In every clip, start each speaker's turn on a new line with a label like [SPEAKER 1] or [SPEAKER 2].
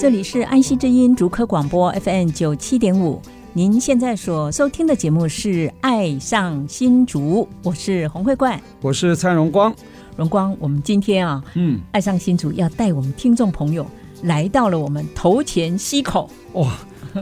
[SPEAKER 1] 这里是安溪之音竹科广播 FM 九七点五，您现在所收听的节目是《爱上新竹》，我是洪慧冠、
[SPEAKER 2] 我是蔡荣光。
[SPEAKER 1] 荣光。我们今天啊，
[SPEAKER 2] 嗯，
[SPEAKER 1] 爱上新竹要带我们听众朋友来到了我们头前溪口，
[SPEAKER 2] 哇、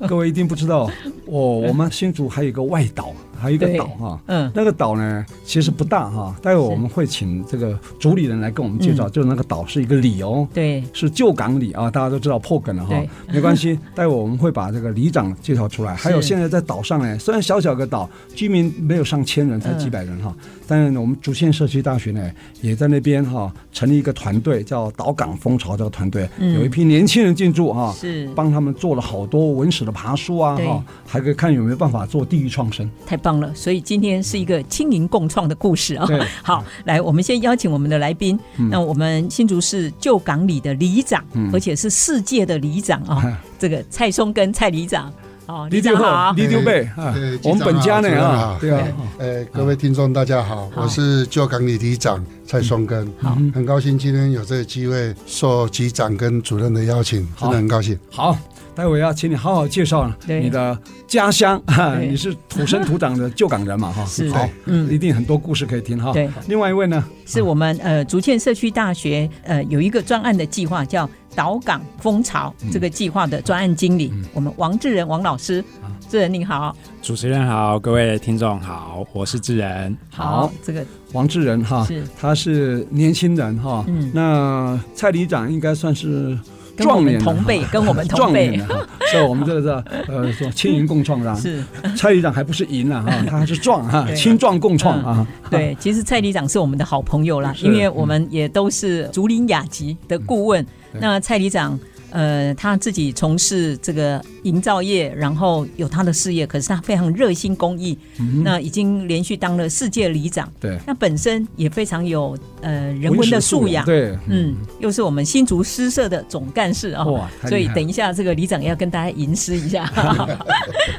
[SPEAKER 2] 各位一定不知道哦，我们新竹还有一个外岛，还有一个
[SPEAKER 1] 对
[SPEAKER 2] 岛哈、
[SPEAKER 1] 嗯，
[SPEAKER 2] 那个岛呢，其实不大哈、待会我们会请这个主理人来跟我们介绍，就是那个岛是一个里哦，
[SPEAKER 1] 对，
[SPEAKER 2] 是旧港里啊，大家都知道破梗了哈
[SPEAKER 1] 对，
[SPEAKER 2] 没关系， 待会我们会把这个里长介绍出来。还有现在在岛上呢，虽然小小个岛，居民没有上千人，才
[SPEAKER 1] 嗯
[SPEAKER 2] 几百人哈，但是呢我们竹县社区大学呢，也在那边哈成立一个团队，叫岛港风潮这个团队，
[SPEAKER 1] 嗯
[SPEAKER 2] 有一批年轻人进驻哈，
[SPEAKER 1] 是
[SPEAKER 2] 帮他们做了好多文史的爬书啊
[SPEAKER 1] 对
[SPEAKER 2] 哈，还可以看有没有办法做地域创生。
[SPEAKER 1] 太棒了！所以今天是一个轻盈共创的故事啊
[SPEAKER 2] 对。嗯
[SPEAKER 1] 好，来，我们先邀请我们的来宾。那我们新竹市旧港里的里长，而且是世界的里长啊，这个蔡松跟蔡里长。哦，里长好，
[SPEAKER 2] 嗯李丢贝啊
[SPEAKER 3] 对，
[SPEAKER 2] 我们本家呢
[SPEAKER 3] 哎局长
[SPEAKER 2] 啊
[SPEAKER 3] 好，
[SPEAKER 2] 对啊，
[SPEAKER 3] 呃，各位听众大家好，
[SPEAKER 1] 好
[SPEAKER 3] 我是旧港里里长蔡双
[SPEAKER 2] 嗯
[SPEAKER 3] 根，
[SPEAKER 1] 好
[SPEAKER 3] 很高兴今天有这个机会受局长跟主任的邀请，真
[SPEAKER 2] 好
[SPEAKER 3] 的很高兴。
[SPEAKER 2] 好，待会要请你好好介绍
[SPEAKER 1] 对
[SPEAKER 2] 你的家乡，哈
[SPEAKER 1] 对
[SPEAKER 2] 你是土生土长的旧港人嘛哈，
[SPEAKER 1] 是
[SPEAKER 2] 好，
[SPEAKER 1] 嗯
[SPEAKER 2] 一定很多故事可以听哈。
[SPEAKER 1] 对，
[SPEAKER 2] 另外一位呢，
[SPEAKER 1] 是我们呃竹堑社区大学呃有一个专案的计划叫“岛港风潮”
[SPEAKER 2] 嗯
[SPEAKER 1] 这个计划的专案经理，我们王志仁王老师，
[SPEAKER 2] 啊
[SPEAKER 1] 志仁你好，
[SPEAKER 4] 主持人好，各位听众好，我是智仁。
[SPEAKER 2] 好，
[SPEAKER 1] 这个
[SPEAKER 2] 王志仁哈，
[SPEAKER 1] 是
[SPEAKER 2] 他是年轻人哈
[SPEAKER 1] 嗯，
[SPEAKER 2] 那蔡里长应该算是。
[SPEAKER 1] 跟我
[SPEAKER 2] 壮
[SPEAKER 1] 们
[SPEAKER 2] 年的啊
[SPEAKER 1] 同
[SPEAKER 2] 哈
[SPEAKER 1] 辈，跟我们 同
[SPEAKER 2] 状元
[SPEAKER 1] 辈
[SPEAKER 2] 的 哈，所以我们这个是呃说青云共创的啊，
[SPEAKER 1] 是。
[SPEAKER 2] 蔡局长还不是赢了哈，他还是壮哈，
[SPEAKER 1] 对嗯
[SPEAKER 2] 青壮共创啊，
[SPEAKER 1] 对，其实蔡里长是我们的好朋友啦，
[SPEAKER 2] 是嗯
[SPEAKER 1] 因为我们也都是竹林雅集的顾问。
[SPEAKER 2] 对
[SPEAKER 1] 那蔡里长，呃，他自己从事这个营造业，然后有他的事业，可是他非常热心公益，
[SPEAKER 2] 嗯
[SPEAKER 1] 那已经连续当了世界里长。
[SPEAKER 2] 对，
[SPEAKER 1] 那本身也非常有呃人文的素养。
[SPEAKER 2] 对，
[SPEAKER 1] 嗯，又是我们新竹诗社的总干事啊、
[SPEAKER 2] 哇太厉害了
[SPEAKER 1] 所以等一下这个里长要跟大家吟诗一 下。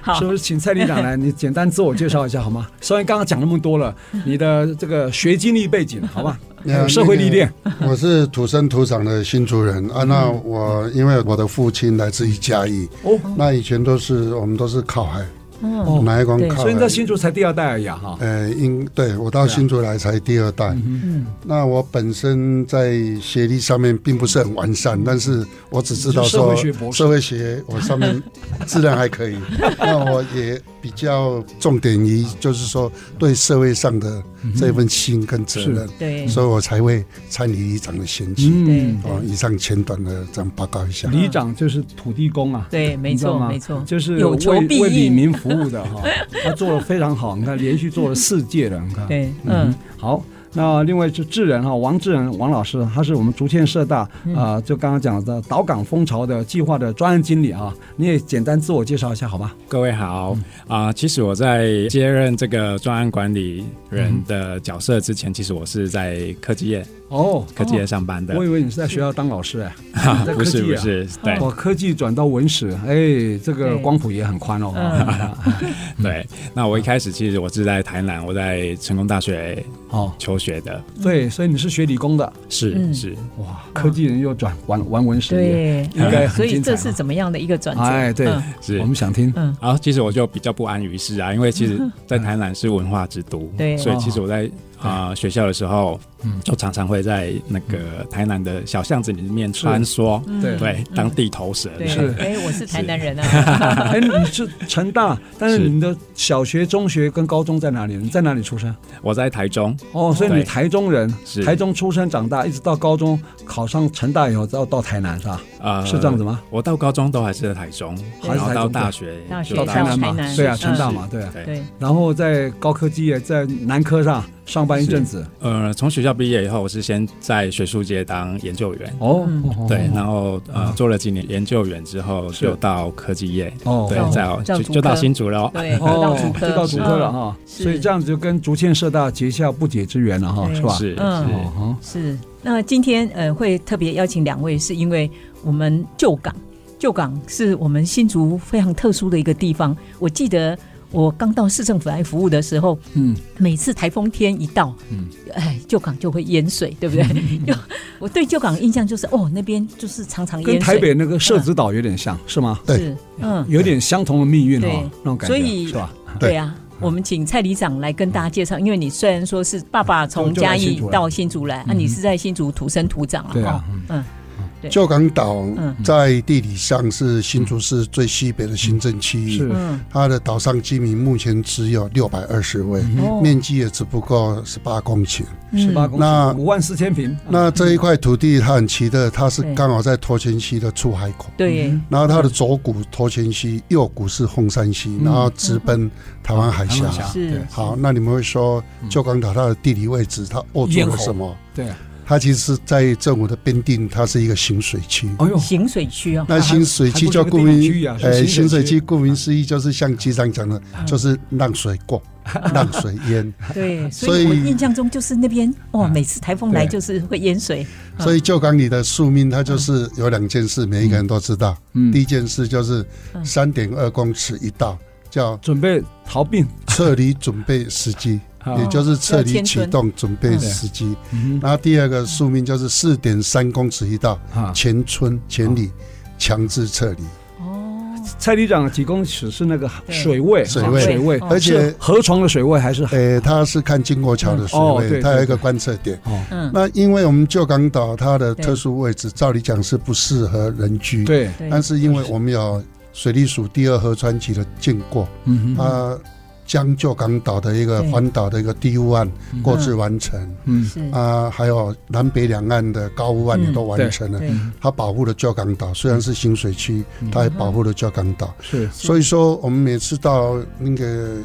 [SPEAKER 1] 好
[SPEAKER 2] 是，不是请蔡局长来，你简单自我介绍一下好吗？虽然刚刚讲那么多了，你的这个学经历背景好吧，还有 社会历练，嗯
[SPEAKER 3] 我是土生土长的新竹人啊，那我因为我的父亲来自于嘉义，
[SPEAKER 2] 哦，
[SPEAKER 3] 那以前都是我们都是靠海，
[SPEAKER 1] 嗯，
[SPEAKER 2] 哦
[SPEAKER 3] 哪一关
[SPEAKER 1] 对
[SPEAKER 3] 靠
[SPEAKER 2] 所以你在
[SPEAKER 3] 海？
[SPEAKER 2] 新竹才第二代而已啊哈，
[SPEAKER 3] 呃，应对我到新竹来才第二代，
[SPEAKER 2] 嗯
[SPEAKER 3] 那我本身在学历上面并不是很完善，但是我只知
[SPEAKER 2] 嗯
[SPEAKER 3] 道
[SPEAKER 2] 你是社
[SPEAKER 3] 说
[SPEAKER 2] 会学博士
[SPEAKER 3] 社会学我上面自然 还可以，那我也比较重点于就是说对社会上的
[SPEAKER 2] 嗯
[SPEAKER 3] 这份心跟责任，
[SPEAKER 1] 对，
[SPEAKER 3] 所以我才会参与里长的选举。
[SPEAKER 2] 嗯，
[SPEAKER 3] 哦，以上前段的这样报告一下。
[SPEAKER 2] 里长就是土地公啊。
[SPEAKER 1] 对，没
[SPEAKER 2] 你知道
[SPEAKER 1] 错，
[SPEAKER 2] 吗
[SPEAKER 1] 没错，
[SPEAKER 2] 就是
[SPEAKER 1] 有求
[SPEAKER 2] 为
[SPEAKER 1] 必
[SPEAKER 2] 为李
[SPEAKER 1] 应。
[SPEAKER 2] 民服务的哈， 他做的非常好，你 看连续做了四届了，你看，
[SPEAKER 1] 对，嗯
[SPEAKER 2] 嗯，，好。那另外是智仁哈，王智仁王老师，他是我们竹堑社大啊、
[SPEAKER 1] 嗯
[SPEAKER 2] 呃就刚刚讲的岛港风潮的计划的专案经理啊，你也简单自我介绍一下好吗？
[SPEAKER 4] 各位好
[SPEAKER 2] 嗯
[SPEAKER 4] 啊、其实我在接任这个专案管理人的角色之前，其实我是在科技业
[SPEAKER 2] 哦，
[SPEAKER 4] 科技业上班的，
[SPEAKER 2] 我以为你是在学校当老师哎，你在
[SPEAKER 4] 不
[SPEAKER 2] 科
[SPEAKER 4] 是
[SPEAKER 2] 技
[SPEAKER 4] 不
[SPEAKER 2] 啊。
[SPEAKER 4] 是，对、
[SPEAKER 2] 我科技转到文史，哎，这个
[SPEAKER 1] 对
[SPEAKER 2] 光谱也很宽哦。
[SPEAKER 4] 对。那我一开始其实我是在台南，我在成功大学
[SPEAKER 2] 哦，
[SPEAKER 4] 求学的，
[SPEAKER 2] 对，所以你是学理工的，
[SPEAKER 4] 是、
[SPEAKER 1] 嗯
[SPEAKER 4] 是。
[SPEAKER 2] 哇，科技人又转玩玩文史业，
[SPEAKER 1] 对，
[SPEAKER 2] 应该
[SPEAKER 1] 所
[SPEAKER 2] 很
[SPEAKER 1] 以
[SPEAKER 2] 精彩
[SPEAKER 1] 这
[SPEAKER 2] 啊。
[SPEAKER 1] 是怎么样的一个转折？
[SPEAKER 2] 哎，对
[SPEAKER 1] 嗯，
[SPEAKER 4] 嗯是
[SPEAKER 2] 我们想听。
[SPEAKER 4] 啊 然后其实我就比较不安于世啊，因为其实，在台南是文化之都，
[SPEAKER 1] 对
[SPEAKER 4] 所以其实我在啊、学校的时候，
[SPEAKER 2] 哦嗯
[SPEAKER 4] 就常常会在那个台南的小巷子里面穿梭，
[SPEAKER 1] 嗯
[SPEAKER 2] 对
[SPEAKER 4] 对，当地头蛇这
[SPEAKER 1] 对
[SPEAKER 4] 样。
[SPEAKER 2] 是，
[SPEAKER 1] 哎，我是台南人啊，
[SPEAKER 2] 哎，你是成大，但是
[SPEAKER 4] 是
[SPEAKER 2] 你的小学、中学跟高中在哪里？你在哪里出生？
[SPEAKER 4] 我在台中，
[SPEAKER 2] 哦，所以你
[SPEAKER 4] 对
[SPEAKER 2] 台中人，
[SPEAKER 4] 是
[SPEAKER 2] 台中出生长大，一直到高中考上成大以后，到到台南是吧？
[SPEAKER 4] 呃，
[SPEAKER 2] 是这样子吗？
[SPEAKER 4] 我到高中都还是在台中，
[SPEAKER 2] 还是
[SPEAKER 4] 然后
[SPEAKER 2] 台中
[SPEAKER 4] 到大学
[SPEAKER 1] 大学
[SPEAKER 4] 就
[SPEAKER 2] 到
[SPEAKER 1] 到
[SPEAKER 2] 台南嘛
[SPEAKER 1] 台南，
[SPEAKER 2] 对啊，
[SPEAKER 1] 是
[SPEAKER 2] 成大嘛，对啊。
[SPEAKER 4] 对，
[SPEAKER 1] 对，
[SPEAKER 2] 然后在高科技也在南科上上班一阵子。
[SPEAKER 4] 呃，从学校毕业以后，我是先在学术界当研究员，
[SPEAKER 2] 哦，
[SPEAKER 1] 嗯
[SPEAKER 2] 哦
[SPEAKER 4] 对，然后呃做了几年研究员之后，
[SPEAKER 2] 是
[SPEAKER 4] 就到科技业，
[SPEAKER 2] 哦，
[SPEAKER 4] 对
[SPEAKER 1] 到，
[SPEAKER 4] 再好
[SPEAKER 1] 到
[SPEAKER 4] 就
[SPEAKER 1] 竹
[SPEAKER 4] 就到
[SPEAKER 1] 科
[SPEAKER 4] 新竹了。
[SPEAKER 1] 对，到
[SPEAKER 2] 哦
[SPEAKER 1] 主，
[SPEAKER 2] 就
[SPEAKER 1] 科，
[SPEAKER 2] 到主科了
[SPEAKER 1] 嗯，
[SPEAKER 2] 哈，
[SPEAKER 1] 是
[SPEAKER 2] 所以这样子就跟竹堑社大结下不解之缘了哈，
[SPEAKER 1] 对
[SPEAKER 2] 是吧？
[SPEAKER 4] 是
[SPEAKER 1] 嗯
[SPEAKER 4] 是
[SPEAKER 2] 哦，哈
[SPEAKER 1] 是。那今天呃会特别邀请两位，是因为我们旧港，旧港是我们新竹非常特殊的一个地方。我记得我刚到市政府来服务的时候，
[SPEAKER 2] 嗯，
[SPEAKER 1] 每次台风天一到，
[SPEAKER 2] 嗯，
[SPEAKER 1] 哎，旧港就会淹水，对不 对？就我对旧港印象就是，哦，那边就是常常
[SPEAKER 2] 跟
[SPEAKER 1] 淹
[SPEAKER 2] 台
[SPEAKER 1] 水，
[SPEAKER 2] 北那个社子岛有点像，是吗？
[SPEAKER 3] 对
[SPEAKER 1] 是，嗯，
[SPEAKER 2] 有点相同的命运哈
[SPEAKER 1] 对，
[SPEAKER 2] 那种感
[SPEAKER 1] 所
[SPEAKER 2] 觉
[SPEAKER 1] 以
[SPEAKER 2] 是吧？
[SPEAKER 3] 对
[SPEAKER 1] 对啊，我们请蔡里长来跟大家介绍，因为你虽然说是爸爸从
[SPEAKER 2] 就就来
[SPEAKER 1] 嘉
[SPEAKER 2] 新
[SPEAKER 1] 义
[SPEAKER 2] 竹了
[SPEAKER 1] 到新竹来，啊，
[SPEAKER 2] 嗯
[SPEAKER 1] 你是在新竹土生土长啊，
[SPEAKER 2] 对啊
[SPEAKER 1] 哦，嗯，对
[SPEAKER 3] 旧港岛
[SPEAKER 1] 嗯
[SPEAKER 3] 在地理上是新竹市最西北的行政区域，
[SPEAKER 2] 是
[SPEAKER 1] 嗯，
[SPEAKER 3] 它的岛上居民目前只有六百二十位，
[SPEAKER 2] 嗯
[SPEAKER 1] 哦
[SPEAKER 3] 面积也只不过十八公顷。
[SPEAKER 1] 嗯
[SPEAKER 2] 十八公
[SPEAKER 3] 那
[SPEAKER 2] 顷，五万四千平，啊
[SPEAKER 3] 那这一块土地它很奇特，它是
[SPEAKER 1] 对
[SPEAKER 3] 刚好在头前溪的出海口，
[SPEAKER 1] 对，
[SPEAKER 3] 然后它的左股头前溪，右股是凤山溪，
[SPEAKER 2] 嗯
[SPEAKER 3] 然后直奔台湾海
[SPEAKER 2] 台
[SPEAKER 3] 峡
[SPEAKER 2] 湾。峡
[SPEAKER 1] 是
[SPEAKER 3] 好，那你们会说旧港岛它的地理位置，它握
[SPEAKER 2] 嗯
[SPEAKER 3] 住
[SPEAKER 2] 咽
[SPEAKER 3] 了
[SPEAKER 2] 喉
[SPEAKER 3] 什么？
[SPEAKER 2] 对，
[SPEAKER 3] 它其实是在政府的编定，它是一个行水区。
[SPEAKER 2] 哎呦，
[SPEAKER 1] 行水区啊，
[SPEAKER 3] 那行水区就顾
[SPEAKER 2] 还不是一个地理区
[SPEAKER 3] 名
[SPEAKER 2] 啊，是
[SPEAKER 3] 呃，
[SPEAKER 2] 行
[SPEAKER 3] 行
[SPEAKER 2] 水
[SPEAKER 3] 水
[SPEAKER 2] 区啊
[SPEAKER 3] 区顾名思义就是像局长讲的，就是让水过，让水 淹。
[SPEAKER 1] 对，
[SPEAKER 3] 所
[SPEAKER 1] 所以我
[SPEAKER 3] 以嗯
[SPEAKER 1] 印象中就是那边哦，每次台风来
[SPEAKER 2] 对
[SPEAKER 1] 就是会淹水，嗯
[SPEAKER 3] 所以旧港里的宿命，它就是有两件事，每一个人都知道。
[SPEAKER 2] 嗯
[SPEAKER 3] 第，一件事就是
[SPEAKER 1] 嗯
[SPEAKER 3] 三点二公尺一道，叫
[SPEAKER 2] 准备逃避，
[SPEAKER 3] 撤离准备时机，
[SPEAKER 2] 啊
[SPEAKER 3] 也就是撤离启
[SPEAKER 1] 要迁
[SPEAKER 3] 动准备时机。
[SPEAKER 2] 嗯
[SPEAKER 3] 然后第二个宿命就是四点三公尺一道，
[SPEAKER 2] 啊，
[SPEAKER 3] 全村全里强制撤离。
[SPEAKER 1] 哦，
[SPEAKER 2] 蔡里长提供只是那个
[SPEAKER 1] 对
[SPEAKER 2] 水位，
[SPEAKER 3] 水
[SPEAKER 2] 啊
[SPEAKER 3] 位
[SPEAKER 2] 水位，
[SPEAKER 1] 哦
[SPEAKER 3] 而且
[SPEAKER 2] 是河床的水位还是
[SPEAKER 3] 呃，它是看经国桥的水
[SPEAKER 2] 嗯哦对
[SPEAKER 3] 位，它有
[SPEAKER 2] 对
[SPEAKER 3] 一个观测点。
[SPEAKER 2] 哦，
[SPEAKER 1] 嗯，
[SPEAKER 3] 那因为我们旧港岛它的特殊位置，照理讲是不适合人居，。
[SPEAKER 2] 对，
[SPEAKER 1] 对，
[SPEAKER 3] 但是因为我们有水利署第二河川局的经过，
[SPEAKER 2] 嗯哼，
[SPEAKER 3] 它将旧港岛的一个
[SPEAKER 1] 对
[SPEAKER 3] 环岛的一个低污案
[SPEAKER 2] 嗯
[SPEAKER 3] 过去完成，
[SPEAKER 2] 嗯，
[SPEAKER 1] 是，
[SPEAKER 3] 啊，还有南北两岸的高污案也都
[SPEAKER 2] 嗯
[SPEAKER 3] 完成了。
[SPEAKER 1] 对，
[SPEAKER 3] 它保护了旧港岛，虽然是行水区
[SPEAKER 2] 嗯，
[SPEAKER 3] 它也保护了旧港岛。
[SPEAKER 2] 是，
[SPEAKER 1] 是
[SPEAKER 3] 所以说，我们每次到那个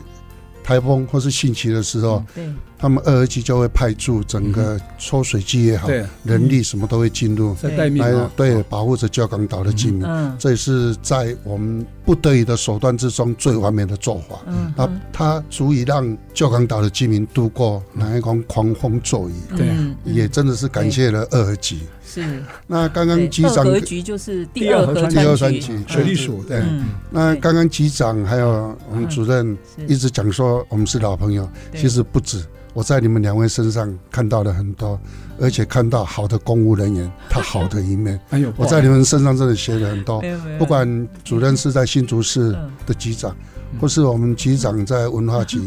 [SPEAKER 3] 台风或是汛期的时
[SPEAKER 2] 嗯
[SPEAKER 3] 候，
[SPEAKER 1] 对，
[SPEAKER 3] 他们二二级就会派驻整个抽水机也好，哎
[SPEAKER 2] 对，
[SPEAKER 3] 人力什么都会进入，
[SPEAKER 2] 在待命
[SPEAKER 3] 来
[SPEAKER 2] 啊，
[SPEAKER 3] 对保护着教港岛的居民。
[SPEAKER 1] 嗯
[SPEAKER 3] 这也是在我们不得已的手段之中最完美的做法。
[SPEAKER 1] 嗯，
[SPEAKER 3] 那
[SPEAKER 1] 嗯
[SPEAKER 3] 它足以让教港岛的居民度过南一空狂风骤雨，
[SPEAKER 2] 对
[SPEAKER 1] 嗯嗯
[SPEAKER 3] 啊也真的是感谢了二级。
[SPEAKER 1] 是
[SPEAKER 3] 那刚刚
[SPEAKER 1] 对
[SPEAKER 3] 机
[SPEAKER 1] 二
[SPEAKER 3] 长
[SPEAKER 1] 合局就是第
[SPEAKER 2] 第二
[SPEAKER 1] 二
[SPEAKER 2] 合
[SPEAKER 1] 合
[SPEAKER 2] 川
[SPEAKER 3] 第二
[SPEAKER 1] 川
[SPEAKER 3] 川
[SPEAKER 1] 局
[SPEAKER 3] 局，
[SPEAKER 2] 水利署对
[SPEAKER 3] 嗯
[SPEAKER 1] 嗯，
[SPEAKER 3] 那刚刚机长还有我们主任
[SPEAKER 1] 嗯是
[SPEAKER 3] 一直讲说我们是老朋友，
[SPEAKER 1] 对
[SPEAKER 3] 其实不止。我在你们两位身上看到了很多，而且看到好的公务人员他好的一面。
[SPEAKER 2] 哎呦，
[SPEAKER 3] 我在你们身上真的学了很多
[SPEAKER 1] 没，有没有，
[SPEAKER 3] 不管主任是在新竹市
[SPEAKER 1] 嗯
[SPEAKER 3] 的局长
[SPEAKER 2] 嗯，
[SPEAKER 3] 或是我们局长在文化局，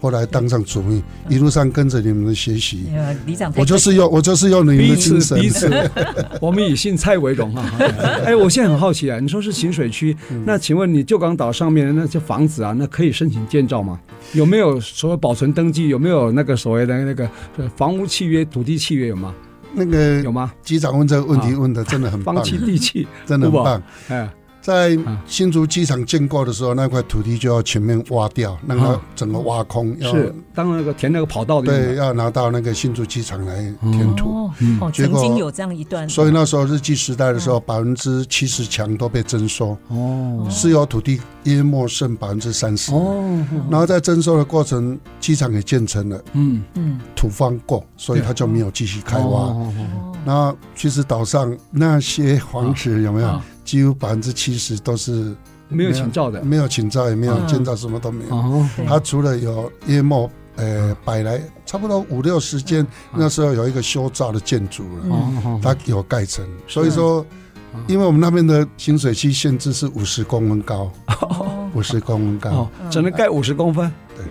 [SPEAKER 3] 后来当上主任，
[SPEAKER 1] 嗯
[SPEAKER 3] 一路上跟着你们的学习
[SPEAKER 1] 没，有李长太客气，
[SPEAKER 3] 我就是用我就是用你们
[SPEAKER 2] 第
[SPEAKER 3] 的
[SPEAKER 2] 一
[SPEAKER 3] 精
[SPEAKER 2] 次，
[SPEAKER 3] 神
[SPEAKER 2] 第，一次， 我们以姓蔡为荣啊。 哎，我现在很好奇啊，你说是行水区，
[SPEAKER 3] 嗯
[SPEAKER 2] 那请问你旧港岛上面的那些房子啊，那可以申请建造吗？有没有所谓保存登记？有没有那个所谓的那个呃房屋契约、土地契约有吗？
[SPEAKER 3] 那个
[SPEAKER 2] 有吗？
[SPEAKER 3] 局长问这个问题问的真的很棒
[SPEAKER 2] 房，契、地契，
[SPEAKER 3] 真的很
[SPEAKER 2] 对
[SPEAKER 3] 棒。
[SPEAKER 2] 哎，
[SPEAKER 3] 在
[SPEAKER 2] 啊
[SPEAKER 3] 新竹机场建构的时候，那块土地就要全面挖掉，让它整个挖空，要
[SPEAKER 2] 是当那个填那个跑道的用
[SPEAKER 3] 对，
[SPEAKER 2] 的。
[SPEAKER 3] 要拿到那个新竹机场来填土。
[SPEAKER 1] 哦
[SPEAKER 2] 嗯
[SPEAKER 1] 哦，
[SPEAKER 3] 结
[SPEAKER 1] 曾
[SPEAKER 3] 果
[SPEAKER 1] 经有这样一段，
[SPEAKER 3] 所以那时候日据时代的时候，百分之七十强都被征收，
[SPEAKER 2] 哦
[SPEAKER 3] 私有土地淹没剩百分之三十。
[SPEAKER 2] 哦，
[SPEAKER 3] 然后在征收的过程，机场也建成了，
[SPEAKER 2] 嗯，
[SPEAKER 1] 嗯，
[SPEAKER 3] 土方够，所以它就没有继续开挖。
[SPEAKER 2] 哦，哦哦
[SPEAKER 3] 然后其实岛上那些房子有没有
[SPEAKER 2] 啊，
[SPEAKER 3] 几乎百分之七十都是
[SPEAKER 2] 没有请照的。
[SPEAKER 3] 没有请造，也没有
[SPEAKER 1] 嗯
[SPEAKER 3] 建造，什么都没有。
[SPEAKER 2] 哦，
[SPEAKER 1] 对
[SPEAKER 3] 它除了有淹没，
[SPEAKER 2] 啊
[SPEAKER 3] 呃，百来差不多五六十间，那时候有一个修造的建筑了，
[SPEAKER 1] 嗯
[SPEAKER 2] 哦哦，
[SPEAKER 3] 它有盖成。所以说
[SPEAKER 2] 嗯，
[SPEAKER 3] 因为我们那边的行水区限制是五十公分高，
[SPEAKER 1] 哦
[SPEAKER 3] 五十公分高
[SPEAKER 2] 哦
[SPEAKER 3] 啊
[SPEAKER 1] 嗯
[SPEAKER 2] 哦，，只能盖五十公分。
[SPEAKER 3] 对，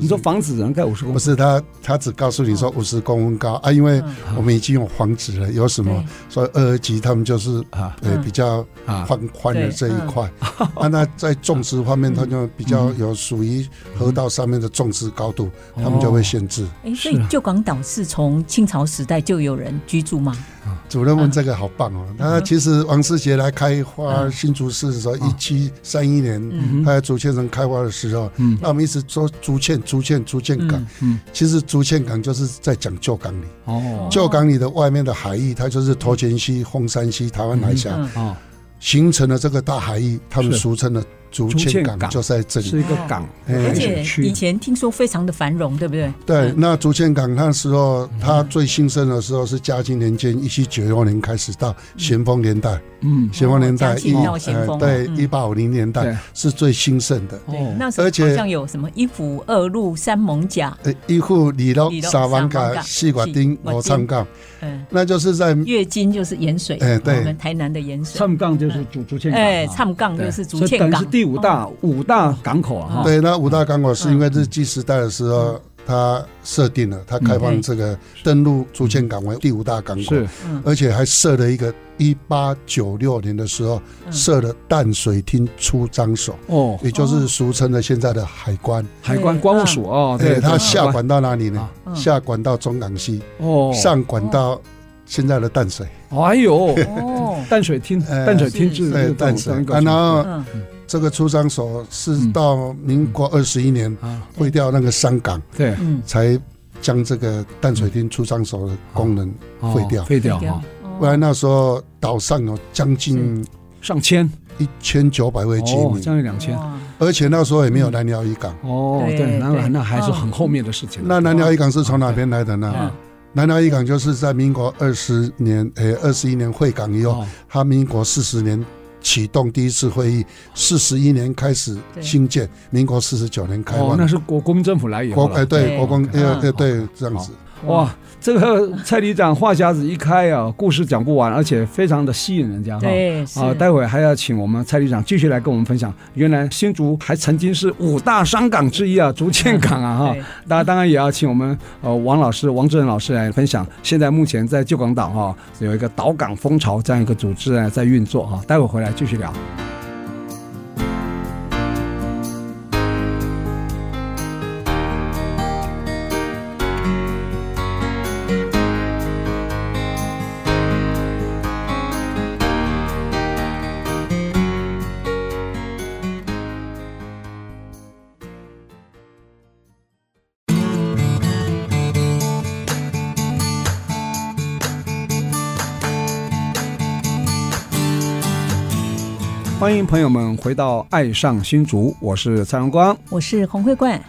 [SPEAKER 2] 你说房子只能盖五十公
[SPEAKER 3] 不
[SPEAKER 2] 分，
[SPEAKER 3] 是他，他只告诉你
[SPEAKER 2] 哦
[SPEAKER 3] 说五十公分高啊，因为
[SPEAKER 2] 嗯
[SPEAKER 3] 我们已经有房子了，有什么
[SPEAKER 1] 对？
[SPEAKER 3] 所以二二级他们就是
[SPEAKER 2] 啊
[SPEAKER 3] 呃
[SPEAKER 1] 嗯
[SPEAKER 3] 比较
[SPEAKER 2] 啊
[SPEAKER 3] 宽宽的
[SPEAKER 1] 对
[SPEAKER 3] 这一块。啊，那在种植方
[SPEAKER 2] 嗯
[SPEAKER 3] 面，他就比较有属于河道上面的种植高度，
[SPEAKER 2] 嗯
[SPEAKER 3] 他们就会限制。
[SPEAKER 1] 哎，所
[SPEAKER 2] 是
[SPEAKER 1] 以
[SPEAKER 2] 啊
[SPEAKER 1] 旧港岛是从清朝时代就有人居住吗？
[SPEAKER 3] 主任问这个好棒
[SPEAKER 2] 嗯
[SPEAKER 3] 哦！那其实王世杰来开发新竹市的时候，
[SPEAKER 2] 嗯
[SPEAKER 3] 一七三一年。
[SPEAKER 1] 嗯
[SPEAKER 3] 他在竹堑城开发的时候，
[SPEAKER 2] 嗯
[SPEAKER 3] 那我们一直说竹堑、竹堑、竹堑港
[SPEAKER 1] 嗯。
[SPEAKER 2] 嗯
[SPEAKER 3] 其实竹堑港就是在讲旧港里，
[SPEAKER 2] 哦
[SPEAKER 3] 旧港里的外面的海域，它就是头前溪、凤山溪、台湾海峡
[SPEAKER 1] 嗯
[SPEAKER 2] 哦，
[SPEAKER 3] 形成了这个大海域，他们
[SPEAKER 2] 是
[SPEAKER 3] 俗称的竹
[SPEAKER 2] 竹
[SPEAKER 3] 堑
[SPEAKER 2] 堑
[SPEAKER 3] 港，
[SPEAKER 2] 港
[SPEAKER 3] 就在这
[SPEAKER 2] 是
[SPEAKER 3] 里。
[SPEAKER 2] 一个港，
[SPEAKER 3] 哎
[SPEAKER 1] 而
[SPEAKER 2] 海
[SPEAKER 1] 且
[SPEAKER 2] 水
[SPEAKER 1] 以
[SPEAKER 2] 区
[SPEAKER 1] 前听说非常的繁荣，对不
[SPEAKER 2] 哦
[SPEAKER 1] 对？
[SPEAKER 3] 对，
[SPEAKER 1] 嗯
[SPEAKER 3] 那竹堑港那时候它最兴盛的时候是嘉庆年间一七九六年开始到咸丰年代，
[SPEAKER 2] 嗯
[SPEAKER 3] 咸丰年
[SPEAKER 1] 哦
[SPEAKER 3] 代
[SPEAKER 1] 嘉
[SPEAKER 3] 一呃
[SPEAKER 1] 庆到咸丰
[SPEAKER 3] 对
[SPEAKER 1] 嗯
[SPEAKER 3] 一八五零年代
[SPEAKER 2] 对
[SPEAKER 3] 是最兴盛的。
[SPEAKER 1] 对，
[SPEAKER 2] 哦
[SPEAKER 1] 那时候
[SPEAKER 3] 而且
[SPEAKER 1] 好像有什么一府二路三艋甲，
[SPEAKER 3] 呃，一户里楼
[SPEAKER 1] 里楼
[SPEAKER 3] 沙
[SPEAKER 1] 三
[SPEAKER 3] 湾
[SPEAKER 1] 湾
[SPEAKER 3] 港、
[SPEAKER 1] 港
[SPEAKER 3] 西瓜丁
[SPEAKER 1] 四、瓜丁
[SPEAKER 3] 罗昌港，
[SPEAKER 1] 嗯，
[SPEAKER 3] 那就是在
[SPEAKER 1] 月经就是盐水，
[SPEAKER 3] 哎对
[SPEAKER 1] 我们台南的盐水，
[SPEAKER 2] 唱杠就是竹竹堑港，
[SPEAKER 1] 哎，
[SPEAKER 2] 啊
[SPEAKER 1] 唱杠
[SPEAKER 2] 对
[SPEAKER 1] 就是竹
[SPEAKER 2] 所以
[SPEAKER 1] 堑
[SPEAKER 2] 等于
[SPEAKER 1] 港哦
[SPEAKER 2] 是，第五大五大港口啊，哈
[SPEAKER 3] 对，那五大港口是
[SPEAKER 1] 嗯
[SPEAKER 3] 因为日据时代的时
[SPEAKER 2] 嗯
[SPEAKER 3] 候，它设定了，它开放这个登陆竹堑港为第五大港口，
[SPEAKER 2] 是
[SPEAKER 1] 嗯
[SPEAKER 3] 而且还设了一个一八九六年的时候
[SPEAKER 1] 嗯
[SPEAKER 3] 设了淡水厅出张所，
[SPEAKER 2] 哦，
[SPEAKER 3] 也就是俗称的现在的海关。
[SPEAKER 2] 海关关务署哦，
[SPEAKER 3] 对，
[SPEAKER 2] 对，
[SPEAKER 3] 哎它
[SPEAKER 2] 对
[SPEAKER 3] 下管到哪里呢
[SPEAKER 2] 啊？
[SPEAKER 1] 嗯
[SPEAKER 3] 下管到中港西，
[SPEAKER 2] 哦，
[SPEAKER 3] 上管到现在的淡水。
[SPEAKER 2] 哎呦，
[SPEAKER 1] 哦，
[SPEAKER 2] 淡水厅
[SPEAKER 3] 呃
[SPEAKER 2] 淡水厅
[SPEAKER 1] 是
[SPEAKER 2] 是
[SPEAKER 3] 对，
[SPEAKER 2] 是
[SPEAKER 3] 淡水。
[SPEAKER 2] 当一个
[SPEAKER 3] 啊然后
[SPEAKER 1] 嗯，
[SPEAKER 3] 这个出张所是
[SPEAKER 2] 嗯
[SPEAKER 3] 到民国二十一年
[SPEAKER 2] 啊，
[SPEAKER 3] 毁掉那个商港。
[SPEAKER 2] 对，
[SPEAKER 1] 嗯，
[SPEAKER 3] 才将这个淡水厅出张所的功能，
[SPEAKER 2] 哦
[SPEAKER 3] 废掉
[SPEAKER 2] 废掉
[SPEAKER 1] 对
[SPEAKER 2] 哈，
[SPEAKER 1] 哦
[SPEAKER 3] 不然那时候岛上有将近
[SPEAKER 2] 上千
[SPEAKER 3] 一千九百位居
[SPEAKER 2] 哦，
[SPEAKER 3] 民，
[SPEAKER 2] 将近两千
[SPEAKER 1] 哇
[SPEAKER 3] 而且那时候也没有南寮渔港。
[SPEAKER 2] 哦，
[SPEAKER 1] 对
[SPEAKER 2] 对，那
[SPEAKER 1] 对嗯
[SPEAKER 2] 那还是很后面的事情
[SPEAKER 3] 那
[SPEAKER 2] 了。
[SPEAKER 3] 南寮渔港是从哪边来的
[SPEAKER 2] 嗯
[SPEAKER 3] 呢？南寮渔港就是在民国二十年，诶，二十一年会港以后，
[SPEAKER 2] 哦
[SPEAKER 3] 他民国四十年启动第一次会议，四十一年开始兴建，民国四十九年开
[SPEAKER 2] 哦，
[SPEAKER 3] 放
[SPEAKER 2] 那。是国国民政府来以
[SPEAKER 3] 国呃
[SPEAKER 2] 后
[SPEAKER 3] 哎
[SPEAKER 2] 了。
[SPEAKER 3] 对
[SPEAKER 1] 对
[SPEAKER 3] 国光
[SPEAKER 2] 嗯
[SPEAKER 3] 呃对对这样子，
[SPEAKER 2] 哦哇，这个蔡里长话匣子一开啊，故事讲不完，而且非常的吸引人家哈。
[SPEAKER 1] 对，
[SPEAKER 2] 啊，
[SPEAKER 1] 是
[SPEAKER 2] 待会还要请我们蔡局长继续来跟我们分享，原来新竹还曾经是五大商港之一啊，竹堑港啊哈
[SPEAKER 1] 对。
[SPEAKER 2] 大家当然也要请我们呃王老师、王志仁老师来分享，现在目前在旧港岛哈、有一个岛港风潮这样一个组织啊在运作哈、待会回来继续聊。欢迎朋友们回到《爱上新竹》，我是蔡荣光。
[SPEAKER 1] 我是洪慧冠，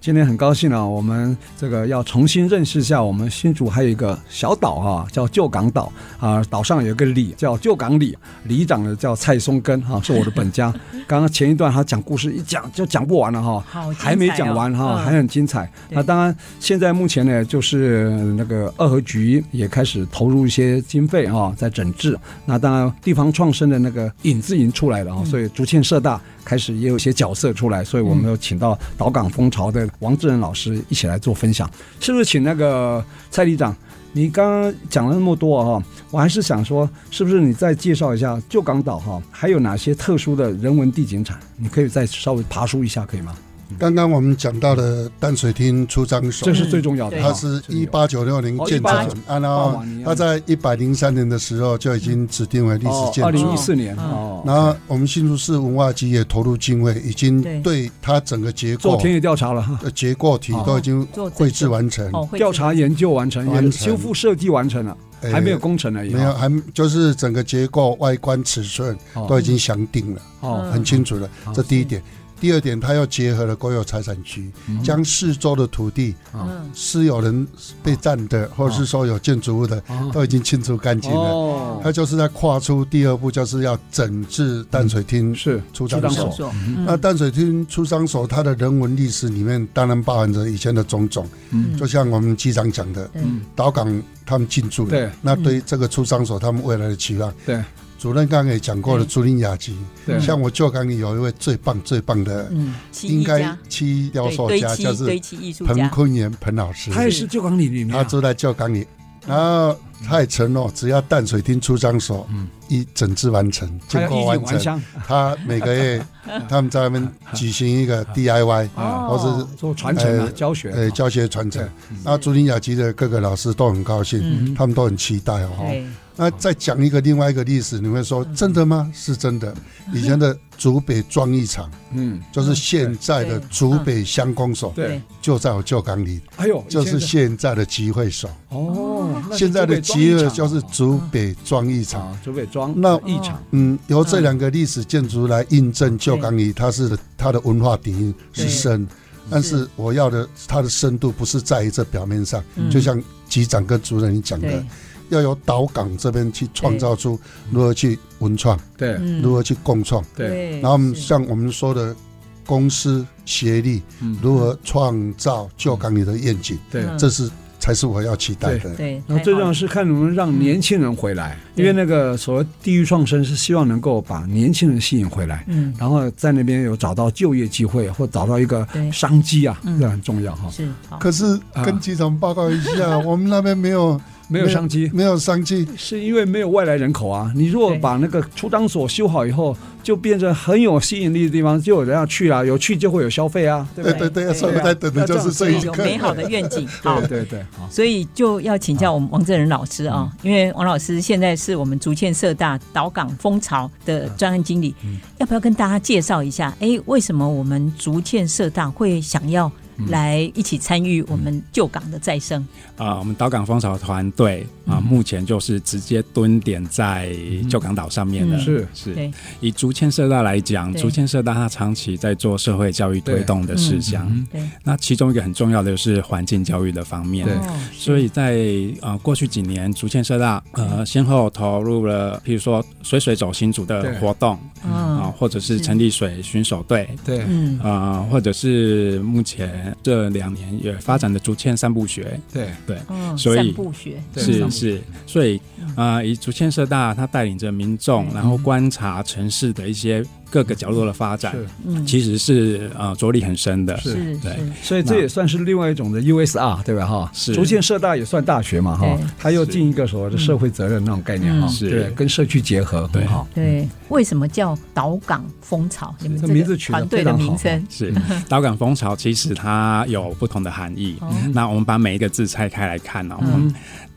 [SPEAKER 2] 今天很高兴啊，我们这个要重新认识一下我们新竹还有一个小岛啊，叫旧港岛啊，岛上有一个里叫旧港里，里长呢叫蔡松根哈、是我的本家。 刚刚前一段他讲故事一讲就讲不完了哈、
[SPEAKER 1] 好精彩哦
[SPEAKER 2] 还没讲完哈、
[SPEAKER 1] 嗯
[SPEAKER 2] 还很精彩。
[SPEAKER 1] 对
[SPEAKER 2] 那当然，现在目前呢，就是那个二合局也开始投入一些经费哈、在整治。那当然，地方创生的那个影子已经出来了啊、所以竹堑社大开始也有一些角色出来，所以我们有请到岛港风潮的王志仁老师一起来做分享。是不是请那个蔡里长？你刚刚讲了那么多哈、我还是想说，是不是你再介绍一下旧港岛哈、还有哪些特殊的人文地景产？你可以再稍微爬梳一下，可以吗？
[SPEAKER 3] 刚刚我们讲到的淡水厅出张所，
[SPEAKER 2] 嗯这是最重要的啊
[SPEAKER 1] 对
[SPEAKER 2] 哈。
[SPEAKER 3] 它是一八九六年
[SPEAKER 2] 哦
[SPEAKER 3] 建成
[SPEAKER 2] 1896，
[SPEAKER 3] 啊，然
[SPEAKER 2] 哦
[SPEAKER 3] 后
[SPEAKER 2] 哇你要
[SPEAKER 3] 它在一百零三年的时候就已经指定为历史建
[SPEAKER 2] 哦二
[SPEAKER 3] 筑。
[SPEAKER 2] 零一四年
[SPEAKER 1] 嗯
[SPEAKER 2] 哦，
[SPEAKER 3] 然后我们新竹市文化局也投入经费，
[SPEAKER 1] 对
[SPEAKER 3] 已经对它整个结
[SPEAKER 2] 做
[SPEAKER 3] 构、
[SPEAKER 2] 田野调查了哈，
[SPEAKER 3] 呃结构体
[SPEAKER 2] 哦
[SPEAKER 3] 都已经
[SPEAKER 1] 做
[SPEAKER 3] 绘制完成，
[SPEAKER 1] 哦，会
[SPEAKER 2] 嗯调查研究完成，
[SPEAKER 3] 完
[SPEAKER 2] 也
[SPEAKER 3] 成
[SPEAKER 2] 修复设计完成了，
[SPEAKER 3] 呃
[SPEAKER 2] 还没有工程而已
[SPEAKER 3] 没有
[SPEAKER 2] 哈。
[SPEAKER 3] 还就是整个结构、外观、尺寸
[SPEAKER 2] 哦
[SPEAKER 3] 都已经详定了，
[SPEAKER 2] 哦，
[SPEAKER 3] 很清楚了
[SPEAKER 2] 好。
[SPEAKER 3] 这第一点，第二点，它又结合了国有财产局，
[SPEAKER 2] 嗯
[SPEAKER 3] 将四周的土地
[SPEAKER 2] 哦
[SPEAKER 1] 嗯，
[SPEAKER 3] 私有人被占的，或者是说有建筑物的，
[SPEAKER 2] 嗯
[SPEAKER 3] 都已经清除干净了。
[SPEAKER 2] 哦，
[SPEAKER 3] 它就是在跨出第二步，就是要整治淡水
[SPEAKER 1] 嗯
[SPEAKER 3] 厅
[SPEAKER 2] 是
[SPEAKER 3] 出
[SPEAKER 2] 出
[SPEAKER 3] 张
[SPEAKER 2] 张
[SPEAKER 3] 所
[SPEAKER 2] 所。
[SPEAKER 1] 所，
[SPEAKER 2] 嗯
[SPEAKER 3] 那淡水厅出张所，它的人文历史里面当然包含着以前的种种，
[SPEAKER 2] 嗯
[SPEAKER 3] 就像我们机长讲的，
[SPEAKER 1] 嗯
[SPEAKER 3] 岛港他们进驻了，
[SPEAKER 2] 对
[SPEAKER 3] 那对于这个出张所，他们未来的期望，
[SPEAKER 2] 对，
[SPEAKER 3] 主任刚刚也讲过了，
[SPEAKER 1] 嗯对
[SPEAKER 3] 竹林雅集，
[SPEAKER 2] 对
[SPEAKER 3] 像我旧港有一位最棒最棒的，
[SPEAKER 1] 嗯，漆
[SPEAKER 3] 应
[SPEAKER 1] 艺
[SPEAKER 3] 该
[SPEAKER 1] 家，
[SPEAKER 3] 漆雕
[SPEAKER 1] 对，
[SPEAKER 3] 塑
[SPEAKER 1] 堆
[SPEAKER 3] 家，就
[SPEAKER 1] 漆堆
[SPEAKER 3] 是
[SPEAKER 1] 漆艺术
[SPEAKER 3] 彭
[SPEAKER 1] 家，
[SPEAKER 3] 坤元彭老师，
[SPEAKER 2] 他也是旧港里里面
[SPEAKER 3] 他
[SPEAKER 2] 啊，
[SPEAKER 3] 住在旧港里，然后他也承诺，只要淡水厅出张所，一整治完成，
[SPEAKER 2] 嗯他
[SPEAKER 3] 建
[SPEAKER 2] 要
[SPEAKER 3] 构
[SPEAKER 2] 衣
[SPEAKER 3] 完
[SPEAKER 2] 锦还
[SPEAKER 3] 成，
[SPEAKER 2] 乡
[SPEAKER 3] 他每个 月他们在外面举行一个 DIY，
[SPEAKER 2] 啊，
[SPEAKER 3] 或是
[SPEAKER 2] 做传承啊
[SPEAKER 3] 呃，
[SPEAKER 2] 教学啊，
[SPEAKER 3] 呃教学传承
[SPEAKER 2] 对。嗯
[SPEAKER 3] 那竹林雅集的各个老师都很高
[SPEAKER 1] 嗯
[SPEAKER 3] 兴，他们都很期待哦。
[SPEAKER 1] 对，嗯
[SPEAKER 3] 那再讲一个另外一个历史，你会说真的吗？是真的。以前的竹北庄艺场，
[SPEAKER 2] 嗯，
[SPEAKER 3] 就是现在的竹
[SPEAKER 1] 嗯
[SPEAKER 3] 北乡公所，
[SPEAKER 2] 对，
[SPEAKER 3] 就在我旧港里，
[SPEAKER 2] 哎呦，
[SPEAKER 3] 就是
[SPEAKER 2] 以前
[SPEAKER 3] 现在的集会所。
[SPEAKER 2] 的哦，那是
[SPEAKER 3] 现在的
[SPEAKER 2] 竹北
[SPEAKER 3] 集
[SPEAKER 2] 庄一
[SPEAKER 3] 合
[SPEAKER 2] 场
[SPEAKER 3] 就是竹
[SPEAKER 1] 嗯
[SPEAKER 3] 北庄艺
[SPEAKER 2] 啊
[SPEAKER 3] 场。
[SPEAKER 2] 啊，竹北庄
[SPEAKER 3] 那
[SPEAKER 2] 一场，
[SPEAKER 3] 嗯，由这两个历史建筑来印
[SPEAKER 1] 嗯
[SPEAKER 3] 证旧港里，它是它的文化底蕴是深，但是我要的它的深度不是在于这表面上，
[SPEAKER 1] 嗯
[SPEAKER 3] 就像局长跟主任你讲的
[SPEAKER 1] 对，，
[SPEAKER 3] 要由岛港这边去创造出如何去文创，
[SPEAKER 2] 对
[SPEAKER 1] 嗯
[SPEAKER 3] 如何去共创，
[SPEAKER 2] 对，
[SPEAKER 1] 对，
[SPEAKER 3] 然后我们
[SPEAKER 1] 是
[SPEAKER 3] 像我们说的公司协力
[SPEAKER 2] 嗯
[SPEAKER 3] 如何创造旧港里的愿景，
[SPEAKER 2] 对。
[SPEAKER 1] 嗯
[SPEAKER 3] 这是才是我要期待的。
[SPEAKER 1] 对，
[SPEAKER 2] 然后最重要是看能不能让年轻人回来，因
[SPEAKER 1] 对
[SPEAKER 2] 为那个所谓地域创生是希望能够把年轻人吸引回来，
[SPEAKER 1] 嗯，
[SPEAKER 2] 然后在那边有找到就业机会或找到一个
[SPEAKER 1] 对
[SPEAKER 2] 商机啊，
[SPEAKER 1] 嗯
[SPEAKER 2] 这很重要哈。
[SPEAKER 1] 是好，
[SPEAKER 3] 可是跟局长报告一
[SPEAKER 2] 啊
[SPEAKER 3] 下，我们那边没 有
[SPEAKER 2] 没有商机，
[SPEAKER 3] 没有商机，
[SPEAKER 2] 是因为没有外来人口啊。你如果
[SPEAKER 1] 对
[SPEAKER 2] 把那个出张所修好以后，就变成很有吸引力的地方，就有人要去啊，有去就会有消费啊，对不
[SPEAKER 3] 对
[SPEAKER 2] 对？
[SPEAKER 3] 对对，
[SPEAKER 1] 对
[SPEAKER 3] 所以我在等的就是这
[SPEAKER 1] 对，
[SPEAKER 3] 一
[SPEAKER 1] 有
[SPEAKER 3] 刻。
[SPEAKER 1] 美好的愿景，好
[SPEAKER 2] 对。对对，好，
[SPEAKER 1] 所以就要请教我们王振仁老师啊，因为王老师现在是我们竹堑社大岛港蜂巢的专案经理，要不要跟大家介绍一下？哎，为什么我们竹堑社大会想要来一起参与我们旧港的再生？
[SPEAKER 4] 啊、我们岛港蜂巢团队啊，
[SPEAKER 2] 嗯
[SPEAKER 4] 目前就是直接蹲点在旧港岛上面的，
[SPEAKER 1] 嗯
[SPEAKER 2] 是
[SPEAKER 4] 是。
[SPEAKER 1] 对，
[SPEAKER 4] 以竹堑社大来讲，
[SPEAKER 1] 对
[SPEAKER 4] 竹堑社大它长期在做社会教育推动的事项，
[SPEAKER 1] 对嗯嗯
[SPEAKER 4] 那其中一个很重要的就是环境教育的方面。
[SPEAKER 2] 对
[SPEAKER 1] 哦
[SPEAKER 4] 所以在呃过去几年，竹堑社大呃先后投入了，譬如说水水走新竹的
[SPEAKER 2] 对
[SPEAKER 4] 活动啊、
[SPEAKER 1] 嗯
[SPEAKER 4] 或者是
[SPEAKER 1] 是
[SPEAKER 4] 成立水巡守队，
[SPEAKER 2] 对，
[SPEAKER 1] 嗯
[SPEAKER 4] 啊，或者是目前这两年也发展的竹堑散步学，
[SPEAKER 2] 对，
[SPEAKER 1] 嗯，
[SPEAKER 4] 所以
[SPEAKER 1] 散步学
[SPEAKER 2] 对散
[SPEAKER 4] 是
[SPEAKER 2] 步
[SPEAKER 4] 是，所以啊、以竹堑社大它带领着民众，
[SPEAKER 2] 嗯
[SPEAKER 4] 然后观察城市的一些各个角落的发展，
[SPEAKER 2] 是
[SPEAKER 1] 嗯
[SPEAKER 4] 其实是呃着力很深的，
[SPEAKER 2] 是
[SPEAKER 1] 是
[SPEAKER 4] 对
[SPEAKER 1] 是
[SPEAKER 2] 所以这也算是另外一种的 USR，对吧？哈，
[SPEAKER 4] 是
[SPEAKER 2] 竹堑社大也算大学嘛，哈
[SPEAKER 1] 对，
[SPEAKER 2] 它又尽一个所谓的社会责任那种概念哈，
[SPEAKER 1] 嗯
[SPEAKER 4] 是
[SPEAKER 2] 对，跟社区结合，
[SPEAKER 4] 对
[SPEAKER 2] 很好，
[SPEAKER 4] 嗯
[SPEAKER 1] 对，为什么叫岛港蜂巢？你们
[SPEAKER 2] 这
[SPEAKER 1] 这
[SPEAKER 2] 名字
[SPEAKER 1] 个
[SPEAKER 2] 取得
[SPEAKER 1] 团队的
[SPEAKER 2] 非常好
[SPEAKER 1] 名称
[SPEAKER 4] 是岛港蜂巢其实它有不同的含义。
[SPEAKER 1] 哦
[SPEAKER 4] 那我们把每一个字拆开来看哦，
[SPEAKER 2] 嗯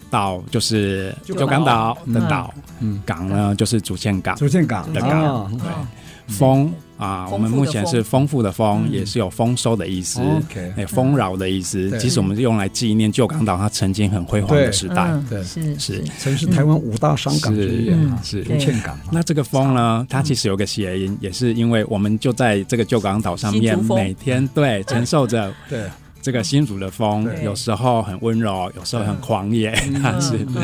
[SPEAKER 4] 岛就是
[SPEAKER 2] 就
[SPEAKER 4] 九港岛
[SPEAKER 1] 岛
[SPEAKER 4] 的
[SPEAKER 1] 嗯
[SPEAKER 4] 岛，
[SPEAKER 2] 嗯，
[SPEAKER 4] 港呢就是竹堑港，
[SPEAKER 2] 竹堑港
[SPEAKER 4] 的
[SPEAKER 2] 啊
[SPEAKER 4] 港，
[SPEAKER 1] 哦
[SPEAKER 4] 丰
[SPEAKER 1] 丰
[SPEAKER 4] 啊，
[SPEAKER 1] 富的
[SPEAKER 4] 我们目前是丰富的丰，
[SPEAKER 1] 丰
[SPEAKER 4] 也是有丰收的意思。
[SPEAKER 2] 嗯 OK
[SPEAKER 4] 哎，丰饶的意思
[SPEAKER 2] 对，
[SPEAKER 4] 其实我们是用来纪念旧港岛它曾经很辉煌的时代。
[SPEAKER 1] 嗯
[SPEAKER 2] 对
[SPEAKER 1] 是
[SPEAKER 4] 是
[SPEAKER 2] 曾是台湾五大商港之一
[SPEAKER 1] 嗯
[SPEAKER 2] 啊，
[SPEAKER 4] 是
[SPEAKER 2] 竹
[SPEAKER 4] 是
[SPEAKER 2] 堑港啊，
[SPEAKER 4] 那这个风呢，它其实有个谐音，也是因为我们就在这个旧港岛上
[SPEAKER 1] 新
[SPEAKER 4] 面
[SPEAKER 1] 竹，风
[SPEAKER 4] 每天对承受着
[SPEAKER 2] 对，
[SPEAKER 4] 这个新竹的 风，
[SPEAKER 2] 对
[SPEAKER 4] 有时候很温柔，有时候很狂野。 它是
[SPEAKER 1] 嗯嗯